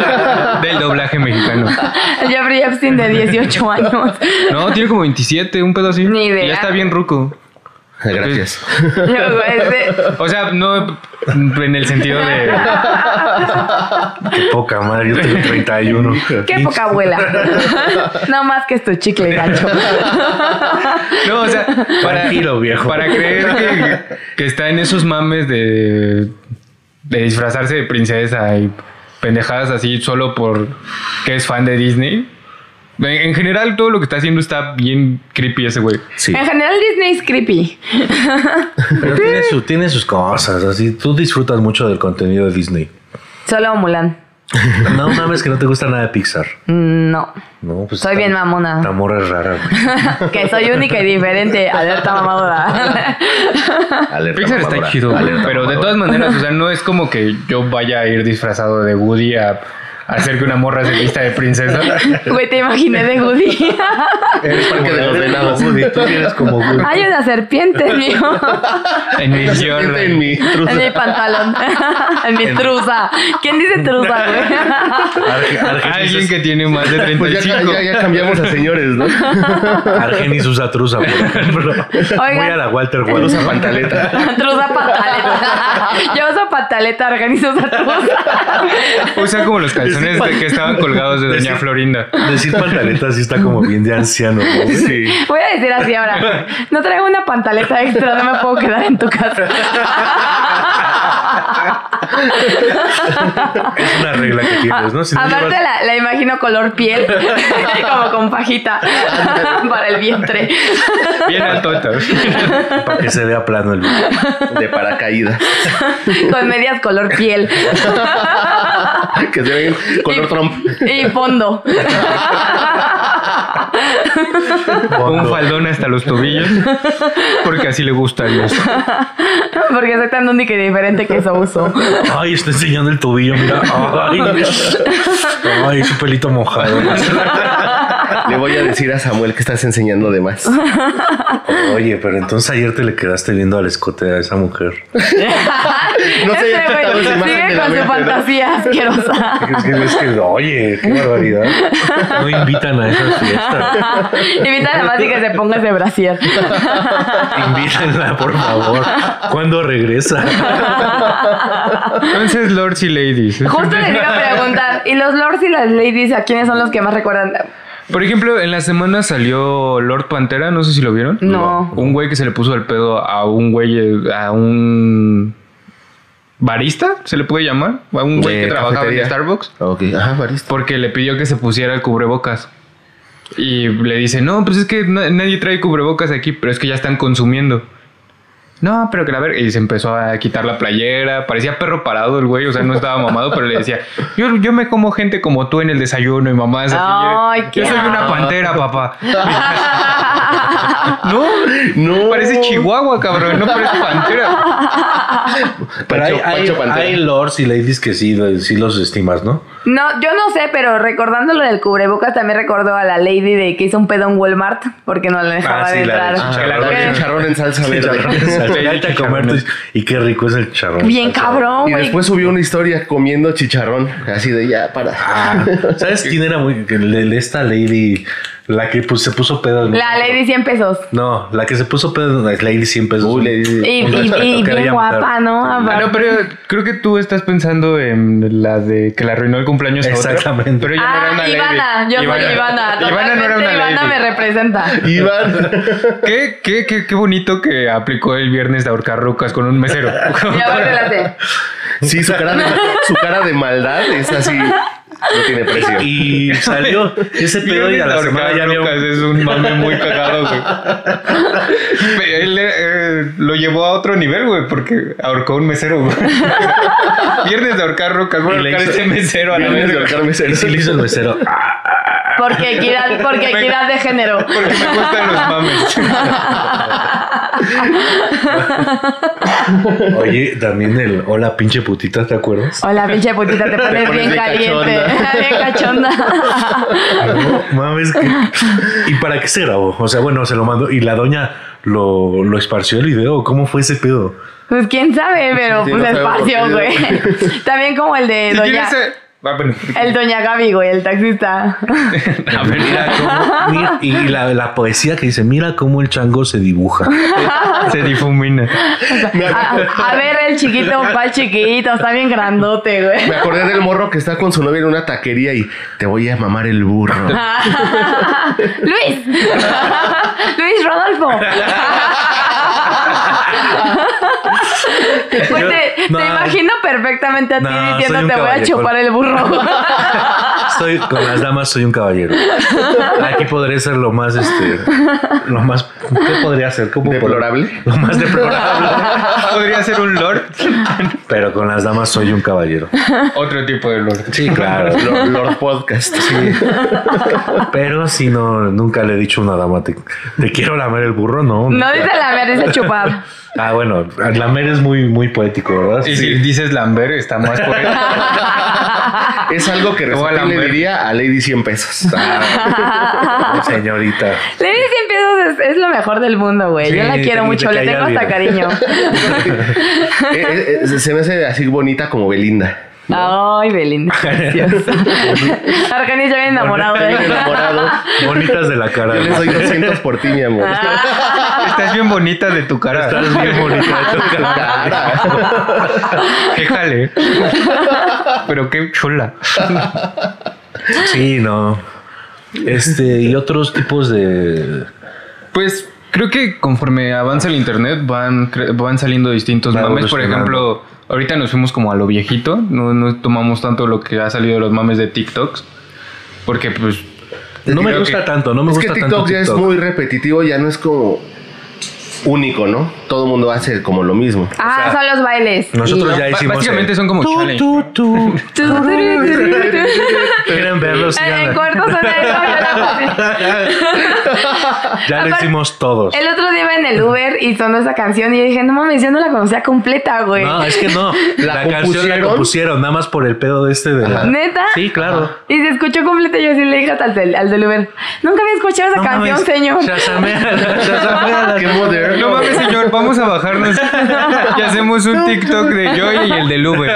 Speaker 3: Del doblaje mexicano.
Speaker 4: Jeffrey Epstein de 18 años.
Speaker 3: No, tiene como 27, un pedo así.
Speaker 4: Ni idea.
Speaker 3: Ya está bien ruco.
Speaker 1: Gracias.
Speaker 4: Luego, este-
Speaker 3: O sea, no en el sentido de.
Speaker 2: Qué poca madre, yo tengo 31.
Speaker 4: Qué poca abuela. no más que es tu chicle gacho.
Speaker 3: No, o sea, para,
Speaker 2: Tranquilo, viejo.
Speaker 3: para creer que, que está en esos mames de, de disfrazarse de princesa y pendejadas así solo por que es fan de Disney. En, en general, todo lo que está haciendo está bien creepy ese güey.
Speaker 2: Sí.
Speaker 4: En general Disney es creepy.
Speaker 2: Pero tiene, su- tiene sus cosas. Así tú disfrutas mucho del contenido de Disney.
Speaker 4: Solo Mulan.
Speaker 2: No mames que no te gusta nada de Pixar.
Speaker 4: Mm, No.
Speaker 2: No, pues.
Speaker 4: Soy
Speaker 2: esta-
Speaker 4: bien mamona.
Speaker 2: Esta morra es rara, güey.
Speaker 4: que soy única y diferente. Alerta mamadora.
Speaker 1: Alerta
Speaker 3: Pixar está
Speaker 1: mamadora,
Speaker 3: chido,
Speaker 1: alerta
Speaker 3: pero de
Speaker 1: mamadora.
Speaker 3: todas maneras, o sea, no es como que yo vaya a ir disfrazado de Woody a, a hacer que una morra se vista de princesa.
Speaker 4: Güey, te imaginé de Woody.
Speaker 1: Eres parque de los venados.
Speaker 2: Tú eres como Woody.
Speaker 4: Hay una serpiente, mío.
Speaker 3: En mi visión.
Speaker 1: Vente en mi
Speaker 4: En mi
Speaker 1: truza.
Speaker 4: pantalón. en mi truza. ¿Quién dice truza, güey?
Speaker 2: Arge- Argenis
Speaker 3: Alguien
Speaker 2: es-
Speaker 3: que tiene más de
Speaker 1: Pues
Speaker 3: 35.
Speaker 1: ya, ya, ya cambiamos a señores, ¿no?
Speaker 2: Argenis usa truza, por ejemplo. Muy a la Walter White.
Speaker 1: Usa pantaleta.
Speaker 4: truza pantaleta. Yo uso pantaleta, organizo esa truza.
Speaker 3: Usa como los calzones de que estaban colgados de Doña
Speaker 2: Decir-
Speaker 3: Florinda.
Speaker 2: Decir pantaleta sí está como bien de anciano. ¿no?
Speaker 1: Sí.
Speaker 4: Voy a decir así ahora. No traigo una pantaleta extra, no me puedo quedar en tu casa.
Speaker 2: Es una regla que tienes, ¿no? Si no
Speaker 4: Ah, Aparte
Speaker 2: llevas-
Speaker 4: la, la imagino color piel, como con pajita para el vientre.
Speaker 3: Bien altota.
Speaker 2: Para que se vea plano el video.
Speaker 1: De paracaídas.
Speaker 4: Con medias color piel.
Speaker 1: Que se ven color
Speaker 4: Y-
Speaker 1: Trump.
Speaker 4: Y fondo.
Speaker 3: Un
Speaker 2: Fondo.
Speaker 3: faldón hasta los tobillos. Porque así le gustan los.
Speaker 4: Porque soy tan única y diferente que eso uso.
Speaker 2: Ay, está enseñando el tobillo, mira. Ay, Ay, su pelito mojado.
Speaker 1: Le voy a decir a Samuel que estás enseñando de más.
Speaker 2: Oye, pero entonces ayer te le quedaste viendo al escote a esa mujer.
Speaker 1: No sé,
Speaker 4: Este
Speaker 1: tal
Speaker 4: güey
Speaker 1: vez imagen de
Speaker 4: sigue
Speaker 1: la
Speaker 4: con su
Speaker 1: mente, ¿no?
Speaker 4: fantasía asquerosa.
Speaker 2: Es que, es que, oye, qué barbaridad. No invitan a esas fiestas.
Speaker 4: Invita a la más y que se ponga ese brasier.
Speaker 2: Invítenla, por favor. ¿Cuándo regresa?
Speaker 3: Entonces, lords y ladies.
Speaker 4: Justo les iba a preguntar, ¿y los lords y las ladies a quiénes son los que más recuerdan?
Speaker 3: Por ejemplo, en la semana salió Lord Pantera, no sé si lo vieron.
Speaker 4: No.
Speaker 3: Un güey que se le puso el pedo a un güey, eh, a un barista, se le puede llamar, a un güey
Speaker 1: De
Speaker 3: que trabajaba
Speaker 1: cafetería.
Speaker 3: en Starbucks,
Speaker 1: Ok, ajá, barista.
Speaker 3: porque le pidió que se pusiera el cubrebocas. Y le dice, no, pues es que na- nadie trae cubrebocas aquí, pero es que ya están consumiendo. no, pero que la verga. Y se empezó a quitar la playera. Parecía perro parado el güey. O sea, no estaba mamado, pero le decía, yo, yo me como gente como tú en el desayuno y mamá así.
Speaker 4: Ay,
Speaker 3: yo
Speaker 4: qué
Speaker 3: soy una
Speaker 4: asco.
Speaker 3: pantera, papá. no, no. Parece chihuahua, cabrón. No parece pantera.
Speaker 2: Pero hay,
Speaker 1: Pancho,
Speaker 2: hay,
Speaker 1: Pancho Pantera.
Speaker 2: hay lords y ladies que sí, sí los estimas, ¿no?
Speaker 4: No, yo no sé, pero recordando lo del cubrebocas también recordó a la lady de que hizo un pedo en Walmart porque no la dejaba
Speaker 2: Ah, sí, la
Speaker 4: entrar.
Speaker 2: del
Speaker 1: Ah,
Speaker 3: chicharrón.
Speaker 1: perdón,
Speaker 4: Pero-
Speaker 1: chicharrón en salsa verde.
Speaker 2: Te invita a comer tu- y qué rico es el charrón.
Speaker 4: Bien cabrón,
Speaker 1: Y
Speaker 4: güey.
Speaker 1: después subió una historia comiendo chicharrón, así de ya para.
Speaker 2: Ah, ¿Sabes quién era muy que le- le- esta lady la que pues, se puso pedo?
Speaker 4: La lady 100 pesos.
Speaker 2: No, la que se puso pedo es lady 100 pesos.
Speaker 1: Uy, lady.
Speaker 4: Y,
Speaker 2: Un
Speaker 4: y-
Speaker 2: restaurante
Speaker 4: y
Speaker 2: que le
Speaker 4: bien
Speaker 2: llaman
Speaker 4: guapa,
Speaker 2: Star.
Speaker 4: ¿no?
Speaker 3: Ah,
Speaker 4: Aparte.
Speaker 3: no, pero creo que tú estás pensando en la de que le arruinó el cumpleaños a otra.
Speaker 2: Exactamente.
Speaker 3: Pero ella no era
Speaker 4: Ah,
Speaker 3: una lady.
Speaker 4: Ivana, yo soy Ivana.
Speaker 3: Ivana no era una
Speaker 4: totalmente
Speaker 3: lady.
Speaker 4: Ivana me representa.
Speaker 1: Iván.
Speaker 3: ¿Qué, qué, qué, qué bonito que aplicó el viernes de ahorcar rucas con un mesero.
Speaker 4: Y aparte la sé.
Speaker 1: Sí, su cara, de, su cara de maldad es así. No tiene precio.
Speaker 2: Y salió ese pedo y a la
Speaker 3: Ahorcar
Speaker 2: semana ya había un-
Speaker 3: rucas es un mame muy cagado, güey. Pero Él eh, lo llevó a otro nivel, güey, porque ahorcó a un mesero, güey. Viernes de ahorcar rucas, voy a
Speaker 2: Y le
Speaker 3: ahorcar
Speaker 2: hizo-
Speaker 3: ese mesero a la
Speaker 1: Vienes de
Speaker 3: verga.
Speaker 1: ahorcarme
Speaker 2: Y sí le hizo el
Speaker 1: cero.
Speaker 2: mesero. Ah,
Speaker 4: Porque equidad, porque equidad de género.
Speaker 3: Porque me gustan los mames.
Speaker 2: Oye, también el hola pinche putita, ¿te acuerdas?
Speaker 4: Hola, pinche putita, te pones,
Speaker 1: pones
Speaker 4: bien
Speaker 1: bien
Speaker 4: caliente. bien cachonda.
Speaker 2: No, mames que... ¿Y para qué se grabó? O sea, bueno, se lo mandó y la doña lo, lo esparció el video. ¿cómo fue ese pedo?
Speaker 4: Pues quién sabe, pero
Speaker 1: Sí,
Speaker 4: pues
Speaker 1: no sabe
Speaker 4: espacio,
Speaker 1: por
Speaker 4: güey.
Speaker 1: qué.
Speaker 4: También como el de
Speaker 3: Si
Speaker 4: Doña.
Speaker 3: tienes... eh, ah, bueno.
Speaker 4: El Doña Gaby, güey, el taxista.
Speaker 3: A ver,
Speaker 2: Mira cómo- mira- y la, la poesía que dice, mira cómo el chango se dibuja.
Speaker 3: se difumina.
Speaker 4: A, a ver, el chiquito, cuál chiquito, está bien grandote, güey.
Speaker 1: Me acordé del morro que está con su novia en una taquería y te voy a mamar el burro.
Speaker 4: Luis. Luis Rodolfo. Pues
Speaker 2: Yo-
Speaker 4: te, te
Speaker 2: no.
Speaker 4: imagino perfectamente a ti
Speaker 2: No, soy
Speaker 4: diciendo
Speaker 2: un
Speaker 4: te voy a
Speaker 2: caballero".
Speaker 4: chupar el burro.
Speaker 2: Soy, con las damas soy un caballero. Aquí podré ser lo más, este, lo más, ¿qué podría ser? ¿Cómo podría-
Speaker 1: Deplorable.
Speaker 2: Lo más deplorable.
Speaker 3: Podría ser un lord.
Speaker 2: Pero con las damas soy un caballero.
Speaker 3: Otro tipo de lord.
Speaker 2: Sí, claro.
Speaker 1: Lord, Lord Podcast.
Speaker 2: Pero si no, nunca le he dicho a una dama, te, te quiero lamer el burro, no.
Speaker 4: No dice la ver, dice chupar.
Speaker 2: Ah, bueno, lamer es muy, muy poético, ¿verdad?
Speaker 3: Y si dices Lambert, está más por él.
Speaker 1: Es algo que
Speaker 3: Te voy a
Speaker 1: Resortín le
Speaker 3: lamber.
Speaker 1: diría a Lady 100 pesos.
Speaker 4: Ah.
Speaker 2: Señorita.
Speaker 4: Lady 100 pesos es, es lo mejor del mundo, güey. Yo
Speaker 2: Sí,
Speaker 4: la quiero
Speaker 2: te-
Speaker 4: mucho,
Speaker 2: te
Speaker 4: le
Speaker 2: caía
Speaker 4: tengo hasta
Speaker 2: bien.
Speaker 4: cariño.
Speaker 1: Eh, eh, eh, se me hace así bonita como Belinda.
Speaker 4: Ay, Belinda. preciosa. Argenis ya bien enamorado ¿eh? de
Speaker 1: Bien
Speaker 4: ella.
Speaker 1: enamorado.
Speaker 2: Bonitas de la cara.
Speaker 1: Yo les doy 200 por ti, mi amor.
Speaker 3: Estás bien bonita de tu cara.
Speaker 2: Estás bien bonita de tu cara.
Speaker 3: Déjale. Pero qué chula.
Speaker 2: Sí, no. Este, y otros tipos de.
Speaker 3: Pues creo que conforme avanza el internet van, cre- van saliendo distintos
Speaker 2: Va
Speaker 3: mames. Por
Speaker 2: evolucionando.
Speaker 3: ejemplo, ahorita nos fuimos como a lo viejito. No, no tomamos tanto lo que ha salido de los mames de TikToks. Porque pues...
Speaker 2: No me
Speaker 3: creo
Speaker 2: gusta
Speaker 3: que-
Speaker 2: tanto, no me
Speaker 1: es que
Speaker 2: gusta
Speaker 1: TikTok,
Speaker 2: tanto.
Speaker 1: ya es muy repetitivo, ya no es como único, ¿no? Todo el mundo hace como lo mismo.
Speaker 4: Ah, son los bailes.
Speaker 2: Nosotros
Speaker 3: Sí.
Speaker 2: ya
Speaker 3: Ba-
Speaker 2: hicimos.
Speaker 3: básicamente
Speaker 2: el-
Speaker 3: son como
Speaker 2: Tú,
Speaker 3: challenge,
Speaker 2: tú, tú.
Speaker 4: En
Speaker 2: Quieren verlos.
Speaker 4: en
Speaker 2: Síganla.
Speaker 4: corto son eso.
Speaker 2: Ya lo
Speaker 4: Aparte-
Speaker 2: hicimos todos.
Speaker 4: El otro día iba en el Uber y sonó esa canción y yo dije, no mames, yo no la conocía completa, güey.
Speaker 2: No, es que no. La, canción la
Speaker 1: compusieron?
Speaker 2: compusieron, nada más por el pedo de este de la.
Speaker 4: ¿Neta? Ah,
Speaker 2: Sí, claro.
Speaker 4: Y se escuchó completa y yo así le dije al, del- al del Uber, nunca había escuchado esa
Speaker 2: No
Speaker 4: canción,
Speaker 2: mames,
Speaker 4: señor.
Speaker 2: Shazameala, shazameala.
Speaker 1: Qué moderno.
Speaker 3: No mames, señor, vamos a bajarnos y hacemos un TikTok de Joy y el del Uber.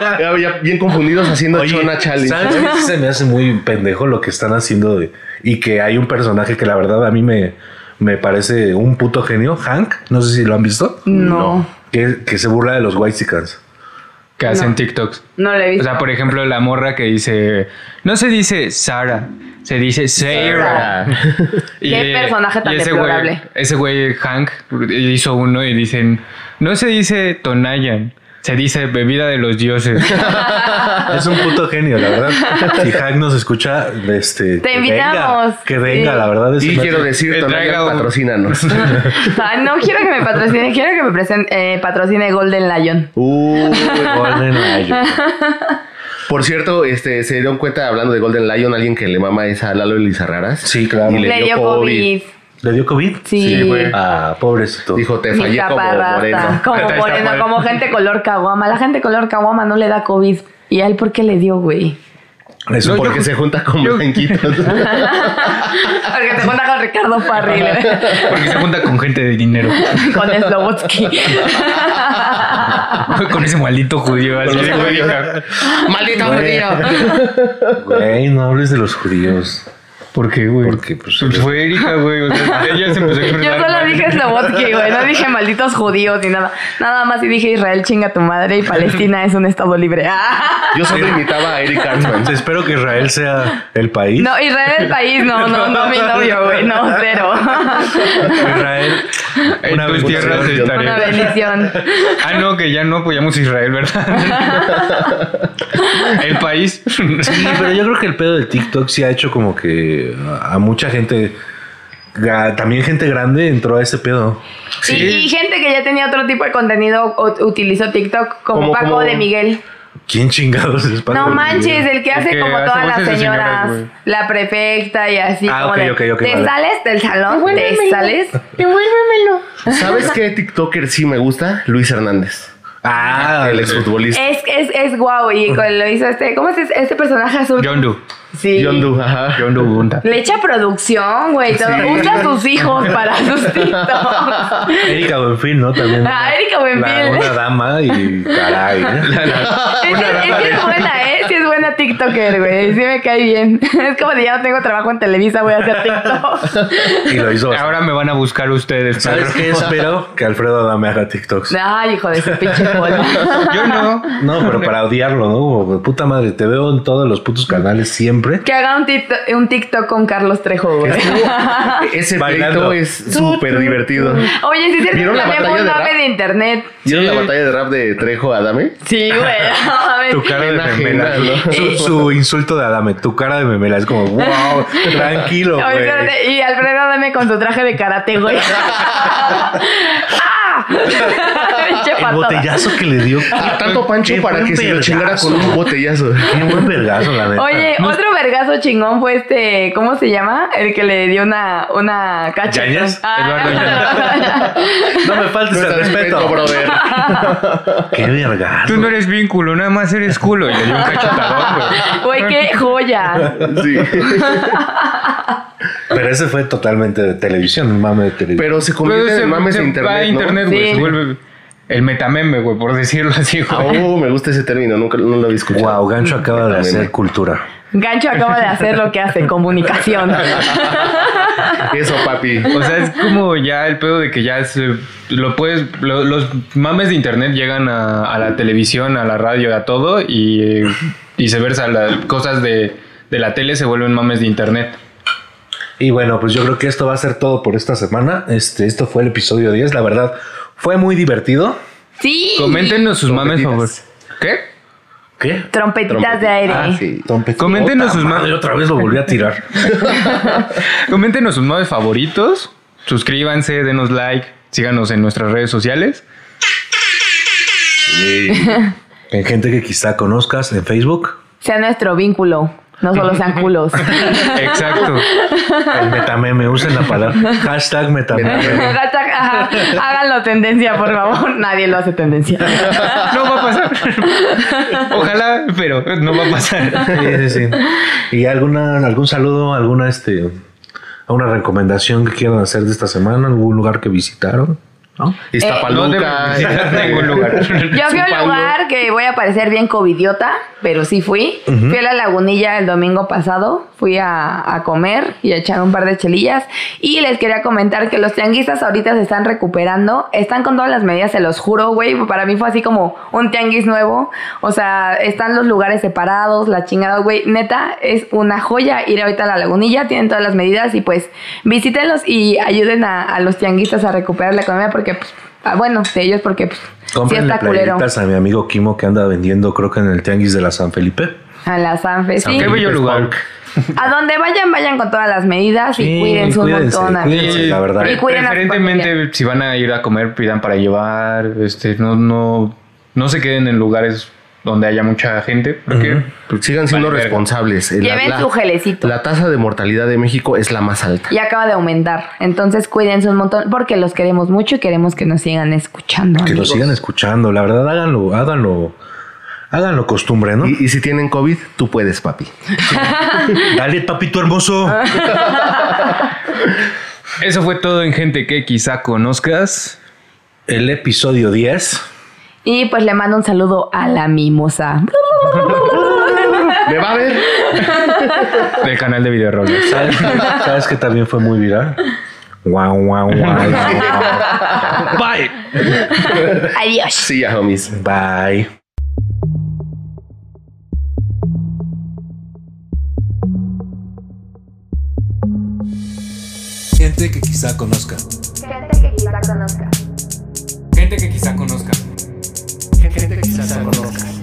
Speaker 1: Ya, ya- ya bien confundidos haciendo
Speaker 2: Oye,
Speaker 1: Chona Challenge.
Speaker 2: ¿sabes qué se me hace muy pendejo lo que están haciendo de- y que hay un personaje que la verdad a mí me, me parece un puto genio, Hank, no sé si lo han visto,
Speaker 4: No,
Speaker 2: que, que se burla de los White
Speaker 3: Que hacen TikToks.
Speaker 4: no la he
Speaker 3: O
Speaker 4: visto.
Speaker 3: sea, por ejemplo, la morra que dice, no se dice Sara, se dice Sarah.
Speaker 1: Ah,
Speaker 4: Qué personaje tan
Speaker 3: ese güey-
Speaker 4: deplorable.
Speaker 3: ese güey, Hank, hizo uno y dicen, no se dice Tonayan, se dice bebida de los dioses.
Speaker 2: Es un puto genio, la verdad. Si Hack nos escucha, este.
Speaker 4: Te
Speaker 2: que
Speaker 4: invitamos.
Speaker 2: Venga, que venga,
Speaker 4: Sí.
Speaker 2: la verdad. es
Speaker 1: Y
Speaker 2: una-
Speaker 1: quiero decir,
Speaker 3: que traiga
Speaker 1: Tonaya,
Speaker 3: un-
Speaker 1: patrocínanos.
Speaker 4: Ay, no quiero que me patrocine, quiero que me presen- eh, patrocine Golden Lion.
Speaker 1: Uy,
Speaker 2: Golden Lion.
Speaker 1: Por cierto, este, se dieron cuenta hablando de Golden Lion, alguien que le mama esa a Lalo Elizarraras.
Speaker 2: Sí, claro.
Speaker 1: Y
Speaker 4: Le, dio COVID.
Speaker 2: ¿Le dio COVID?
Speaker 4: Sí.
Speaker 1: güey.
Speaker 2: Ah, pobrecito.
Speaker 1: Dijo, te
Speaker 4: Mi
Speaker 1: fallé como
Speaker 4: caparrata.
Speaker 1: moreno.
Speaker 4: Como
Speaker 3: Ahí está,
Speaker 4: moreno,
Speaker 3: pues.
Speaker 4: como gente color caguama. La gente color caguama no le da COVID. ¿Y a él por qué le dio, güey?
Speaker 2: Eso
Speaker 3: No,
Speaker 1: Porque
Speaker 3: yo-
Speaker 1: se junta con
Speaker 3: yo-
Speaker 1: blanquitos.
Speaker 4: Porque te junta con Ricardo Farril,
Speaker 3: Porque se junta con gente de dinero.
Speaker 4: con Slobotsky.
Speaker 3: Con ese maldito judío. así de, güey,
Speaker 1: ¡Maldito
Speaker 2: Güey.
Speaker 1: judío!
Speaker 2: Güey, no hables de los judíos.
Speaker 3: ¿Por qué, güey?
Speaker 2: Porque, pues,
Speaker 3: Pues fue Erika, güey. O sea, ella se empezó a
Speaker 4: Yo solo dije Slobotsky, güey. No dije malditos judíos ni nada. Nada más y dije Israel chinga tu madre y Palestina es un estado libre. Ah.
Speaker 1: Yo solo imitaba a Eric Cartman.
Speaker 2: Entonces, espero que Israel sea el país.
Speaker 4: No, Israel el país, no, no, no, mi novio, güey. No, cero.
Speaker 2: Israel.
Speaker 3: En
Speaker 2: Una
Speaker 3: tus
Speaker 2: bendición.
Speaker 3: tierras estaré.
Speaker 4: Una bendición.
Speaker 3: Ah, no, que ya no apoyamos a Israel, ¿verdad? El país.
Speaker 2: Sí, pero yo creo que el pedo de TikTok sí ha hecho como que a a mucha gente, a- también gente grande entró a ese pedo.
Speaker 4: Y, y gente que ya tenía otro tipo de contenido o- utilizó TikTok, como
Speaker 1: Como-
Speaker 4: Paco
Speaker 1: como-
Speaker 4: de Miguel.
Speaker 2: ¿Quién chingados es Paco
Speaker 4: No
Speaker 2: de
Speaker 4: manches,
Speaker 2: Miguel?
Speaker 4: el que
Speaker 3: El
Speaker 4: hace
Speaker 3: que
Speaker 4: como
Speaker 3: hace
Speaker 4: todas las
Speaker 3: voces de
Speaker 4: señoras,
Speaker 3: señoras, güey.
Speaker 4: la prefecta y así.
Speaker 2: Ah,
Speaker 4: como
Speaker 2: ok,
Speaker 4: de,
Speaker 2: ok, ok,
Speaker 4: ¿Te
Speaker 2: vale.
Speaker 4: sales del salón? ¿Te sales?
Speaker 5: Devuélvemelo.
Speaker 1: ¿Sabes qué TikToker sí me gusta? Luis Hernández.
Speaker 2: Ah,
Speaker 1: El
Speaker 2: el
Speaker 1: exfutbolista.
Speaker 4: Es, es, es guau. Y con- lo hizo este, ¿cómo es ese, este personaje azul?
Speaker 3: John Doe.
Speaker 4: Sí.
Speaker 1: John Doe, ajá.
Speaker 3: John Doe Bunta.
Speaker 4: Le echa producción, güey. todo. Usa a sus hijos para sus TikToks.
Speaker 2: Erika Buenfil, ¿no? También.
Speaker 4: Ah, Erika
Speaker 2: La-
Speaker 4: Buenfil.
Speaker 2: una dama y caray. ¿eh?
Speaker 4: Es, es, es buena, ¿eh? Sí es buena TikToker, güey. Sí me cae bien. Es como de ya no tengo trabajo en Televisa, voy a hacer TikTok.
Speaker 2: Y lo hizo.
Speaker 3: Ahora me van a buscar ustedes.
Speaker 2: ¿Sabes
Speaker 3: perro.
Speaker 2: qué espero? Que Alfredo Adame haga TikToks.
Speaker 4: Ay, hijo de su pinche bola.
Speaker 3: Yo no.
Speaker 2: No, pero para odiarlo, ¿no? Como, Puta madre, te veo en todos los putos canales siempre.
Speaker 4: Que haga un, tito- un TikTok con Carlos Trejo, güey.
Speaker 1: Ese
Speaker 2: Bailando.
Speaker 1: pleito es súper divertido.
Speaker 4: Oye, sí, es cierto,
Speaker 1: ¿Vieron la
Speaker 4: también
Speaker 1: batalla de
Speaker 4: mame
Speaker 1: rap?
Speaker 4: de internet.
Speaker 1: ¿Vieron la batalla de rap de Trejo Adame?
Speaker 4: Sí, güey. no mames.
Speaker 2: Tu cara de
Speaker 1: Pena
Speaker 2: memela.
Speaker 1: ajena, ¿no?
Speaker 2: Su, su insulto de Adame, tu cara de memela. Es como, wow, tranquilo,
Speaker 4: Oye,
Speaker 2: güey.
Speaker 4: espérate, y Alfredo dame con su traje de karate, güey. ¡Ah! Pinche
Speaker 2: El
Speaker 4: patada.
Speaker 2: botellazo que le dio.
Speaker 1: Ah, tanto pancho
Speaker 2: Qué
Speaker 1: para
Speaker 2: buen
Speaker 1: que se lo
Speaker 2: vergazo.
Speaker 1: chingara con un botellazo.
Speaker 2: Qué buen vergazo, la neta.
Speaker 4: Oye, otro vergazo chingón fue este, ¿cómo se llama? El que le dio una, una cacha.
Speaker 2: ¿Yañez?
Speaker 4: Ah,
Speaker 3: Eduardo
Speaker 2: no me faltes
Speaker 1: Nuestro
Speaker 2: el respeto.
Speaker 1: brother.
Speaker 2: Qué vergazo.
Speaker 3: Tú no eres vínculo, nada más eres culo. Y le dio un cachetadón, güey.
Speaker 4: Güey, qué joya.
Speaker 1: Sí.
Speaker 2: Pero ese fue totalmente de televisión, un mame de televisión.
Speaker 1: Pero se
Speaker 3: Pero
Speaker 1: convierte
Speaker 3: se-
Speaker 1: en mames
Speaker 3: se
Speaker 1: en
Speaker 3: va a
Speaker 1: internet, ¿no?
Speaker 3: internet, güey.
Speaker 4: Sí.
Speaker 3: Se vuelve el metameme, güey, por decirlo así,
Speaker 1: Ah,
Speaker 3: güey.
Speaker 1: Oh, me gusta ese término, nunca no lo había escuchado.
Speaker 2: Wow, Gancho acaba de
Speaker 1: También.
Speaker 2: hacer cultura.
Speaker 4: Gancho acaba de hacer lo que hace, comunicación.
Speaker 1: Eso, papi.
Speaker 3: O sea, es como ya el pedo de que ya se- lo puedes. lo- los mames de internet llegan a, a la televisión, a la radio, a todo y eh, viceversa. Las cosas de, de la tele se vuelven mames de internet.
Speaker 2: Y bueno, pues yo creo que esto va a ser todo por esta semana. Este, esto fue el episodio 10. La verdad, fue muy divertido.
Speaker 4: Sí.
Speaker 3: Coméntenos sus mames, por favor. ¿Qué?
Speaker 2: ¿Qué?
Speaker 4: Trompetitas
Speaker 1: Trompetitas.
Speaker 4: de aire.
Speaker 1: Ah, sí.
Speaker 2: Trompetito.
Speaker 3: Coméntenos
Speaker 2: Puta
Speaker 3: sus
Speaker 2: madre,
Speaker 3: ma-
Speaker 2: Otra vez lo volví a tirar.
Speaker 3: Coméntenos sus mames favoritos. Suscríbanse, denos like, síganos en nuestras redes sociales.
Speaker 2: en gente que quizá conozcas en Facebook.
Speaker 4: Sea nuestro vínculo, no solo sean culos.
Speaker 3: Exacto.
Speaker 2: El metameme, usen la palabra. Hashtag metameme.
Speaker 4: Hashtag, ajá, Háganlo tendencia, por favor. Nadie lo hace tendencia.
Speaker 3: No va a pasar. Ojalá, pero no va a pasar.
Speaker 2: Sí, sí, sí. ¿Y alguna, algún saludo, alguna este, alguna recomendación que quieran hacer de esta semana? ¿Algún lugar que visitaron? ¿No?
Speaker 3: No te
Speaker 1: Iztapaluca.
Speaker 3: visitas en ningún lugar.
Speaker 4: Yo fui a un
Speaker 1: Zumpango.
Speaker 4: lugar que voy a parecer bien covidiota, pero sí fui. Fui a la lagunilla el domingo pasado, fui a, a comer y a echar un par de chelillas. Y les quería comentar que los tianguistas ahorita se están recuperando, están con todas las medidas, se los juro, güey. Para mí fue así como un tianguis nuevo. O sea, están los lugares separados, la chingada, güey. Neta, es una joya ir ahorita a la lagunilla, tienen todas las medidas y pues visítenlos y ayuden a, a los tianguistas a recuperar la economía porque, pues, ah, bueno, de ellos porque, pues,
Speaker 2: Cómprenle
Speaker 4: está culero.
Speaker 2: playeritas a mi amigo Kimo que anda vendiendo, creo que en el Tianguis de la San Felipe.
Speaker 4: A la Sanfe,
Speaker 1: San
Speaker 4: sí.
Speaker 3: Qué
Speaker 1: Felipe
Speaker 3: bello
Speaker 1: es
Speaker 3: lugar.
Speaker 1: punk.
Speaker 4: A donde vayan, vayan con todas las medidas y
Speaker 2: Sí,
Speaker 4: cuídense un
Speaker 2: cuídense,
Speaker 4: montón. amigos.
Speaker 2: cuídense. Sí, la verdad.
Speaker 4: Y cuiden a su
Speaker 3: Preferentemente, si van a ir a comer, pidan para llevar. Este, no, no, no se queden en lugares donde haya mucha gente. Porque
Speaker 1: Pues Sigan siendo
Speaker 3: Vale, verga.
Speaker 1: responsables. La-
Speaker 4: Lleven
Speaker 1: la-
Speaker 4: su gelecito.
Speaker 1: La tasa de mortalidad de México es la más alta.
Speaker 4: Y acaba de aumentar. Entonces cuídense un montón porque los queremos mucho y queremos que nos sigan escuchando.
Speaker 2: Que lo
Speaker 4: amigos.
Speaker 2: sigan escuchando, la verdad, háganlo, háganlo, háganlo costumbre, ¿no?
Speaker 1: Y, y si tienen COVID, tú puedes, papi.
Speaker 2: Dale, papito hermoso.
Speaker 3: Eso fue todo en gente que quizá conozcas.
Speaker 2: El episodio 10.
Speaker 4: Y pues le mando un saludo a la mimosa.
Speaker 1: ¿Me va a ver?
Speaker 3: del canal de videoroles.
Speaker 2: ¿Sabes, sabes que también fue muy viral? Guau, guau, guau, guau. Bye.
Speaker 4: Adiós.
Speaker 1: Sí, ya, homies.
Speaker 2: Bye.
Speaker 6: Gente que quizá conozca.
Speaker 3: Gente que quizá conozcas.
Speaker 1: Gente que quizás conozca.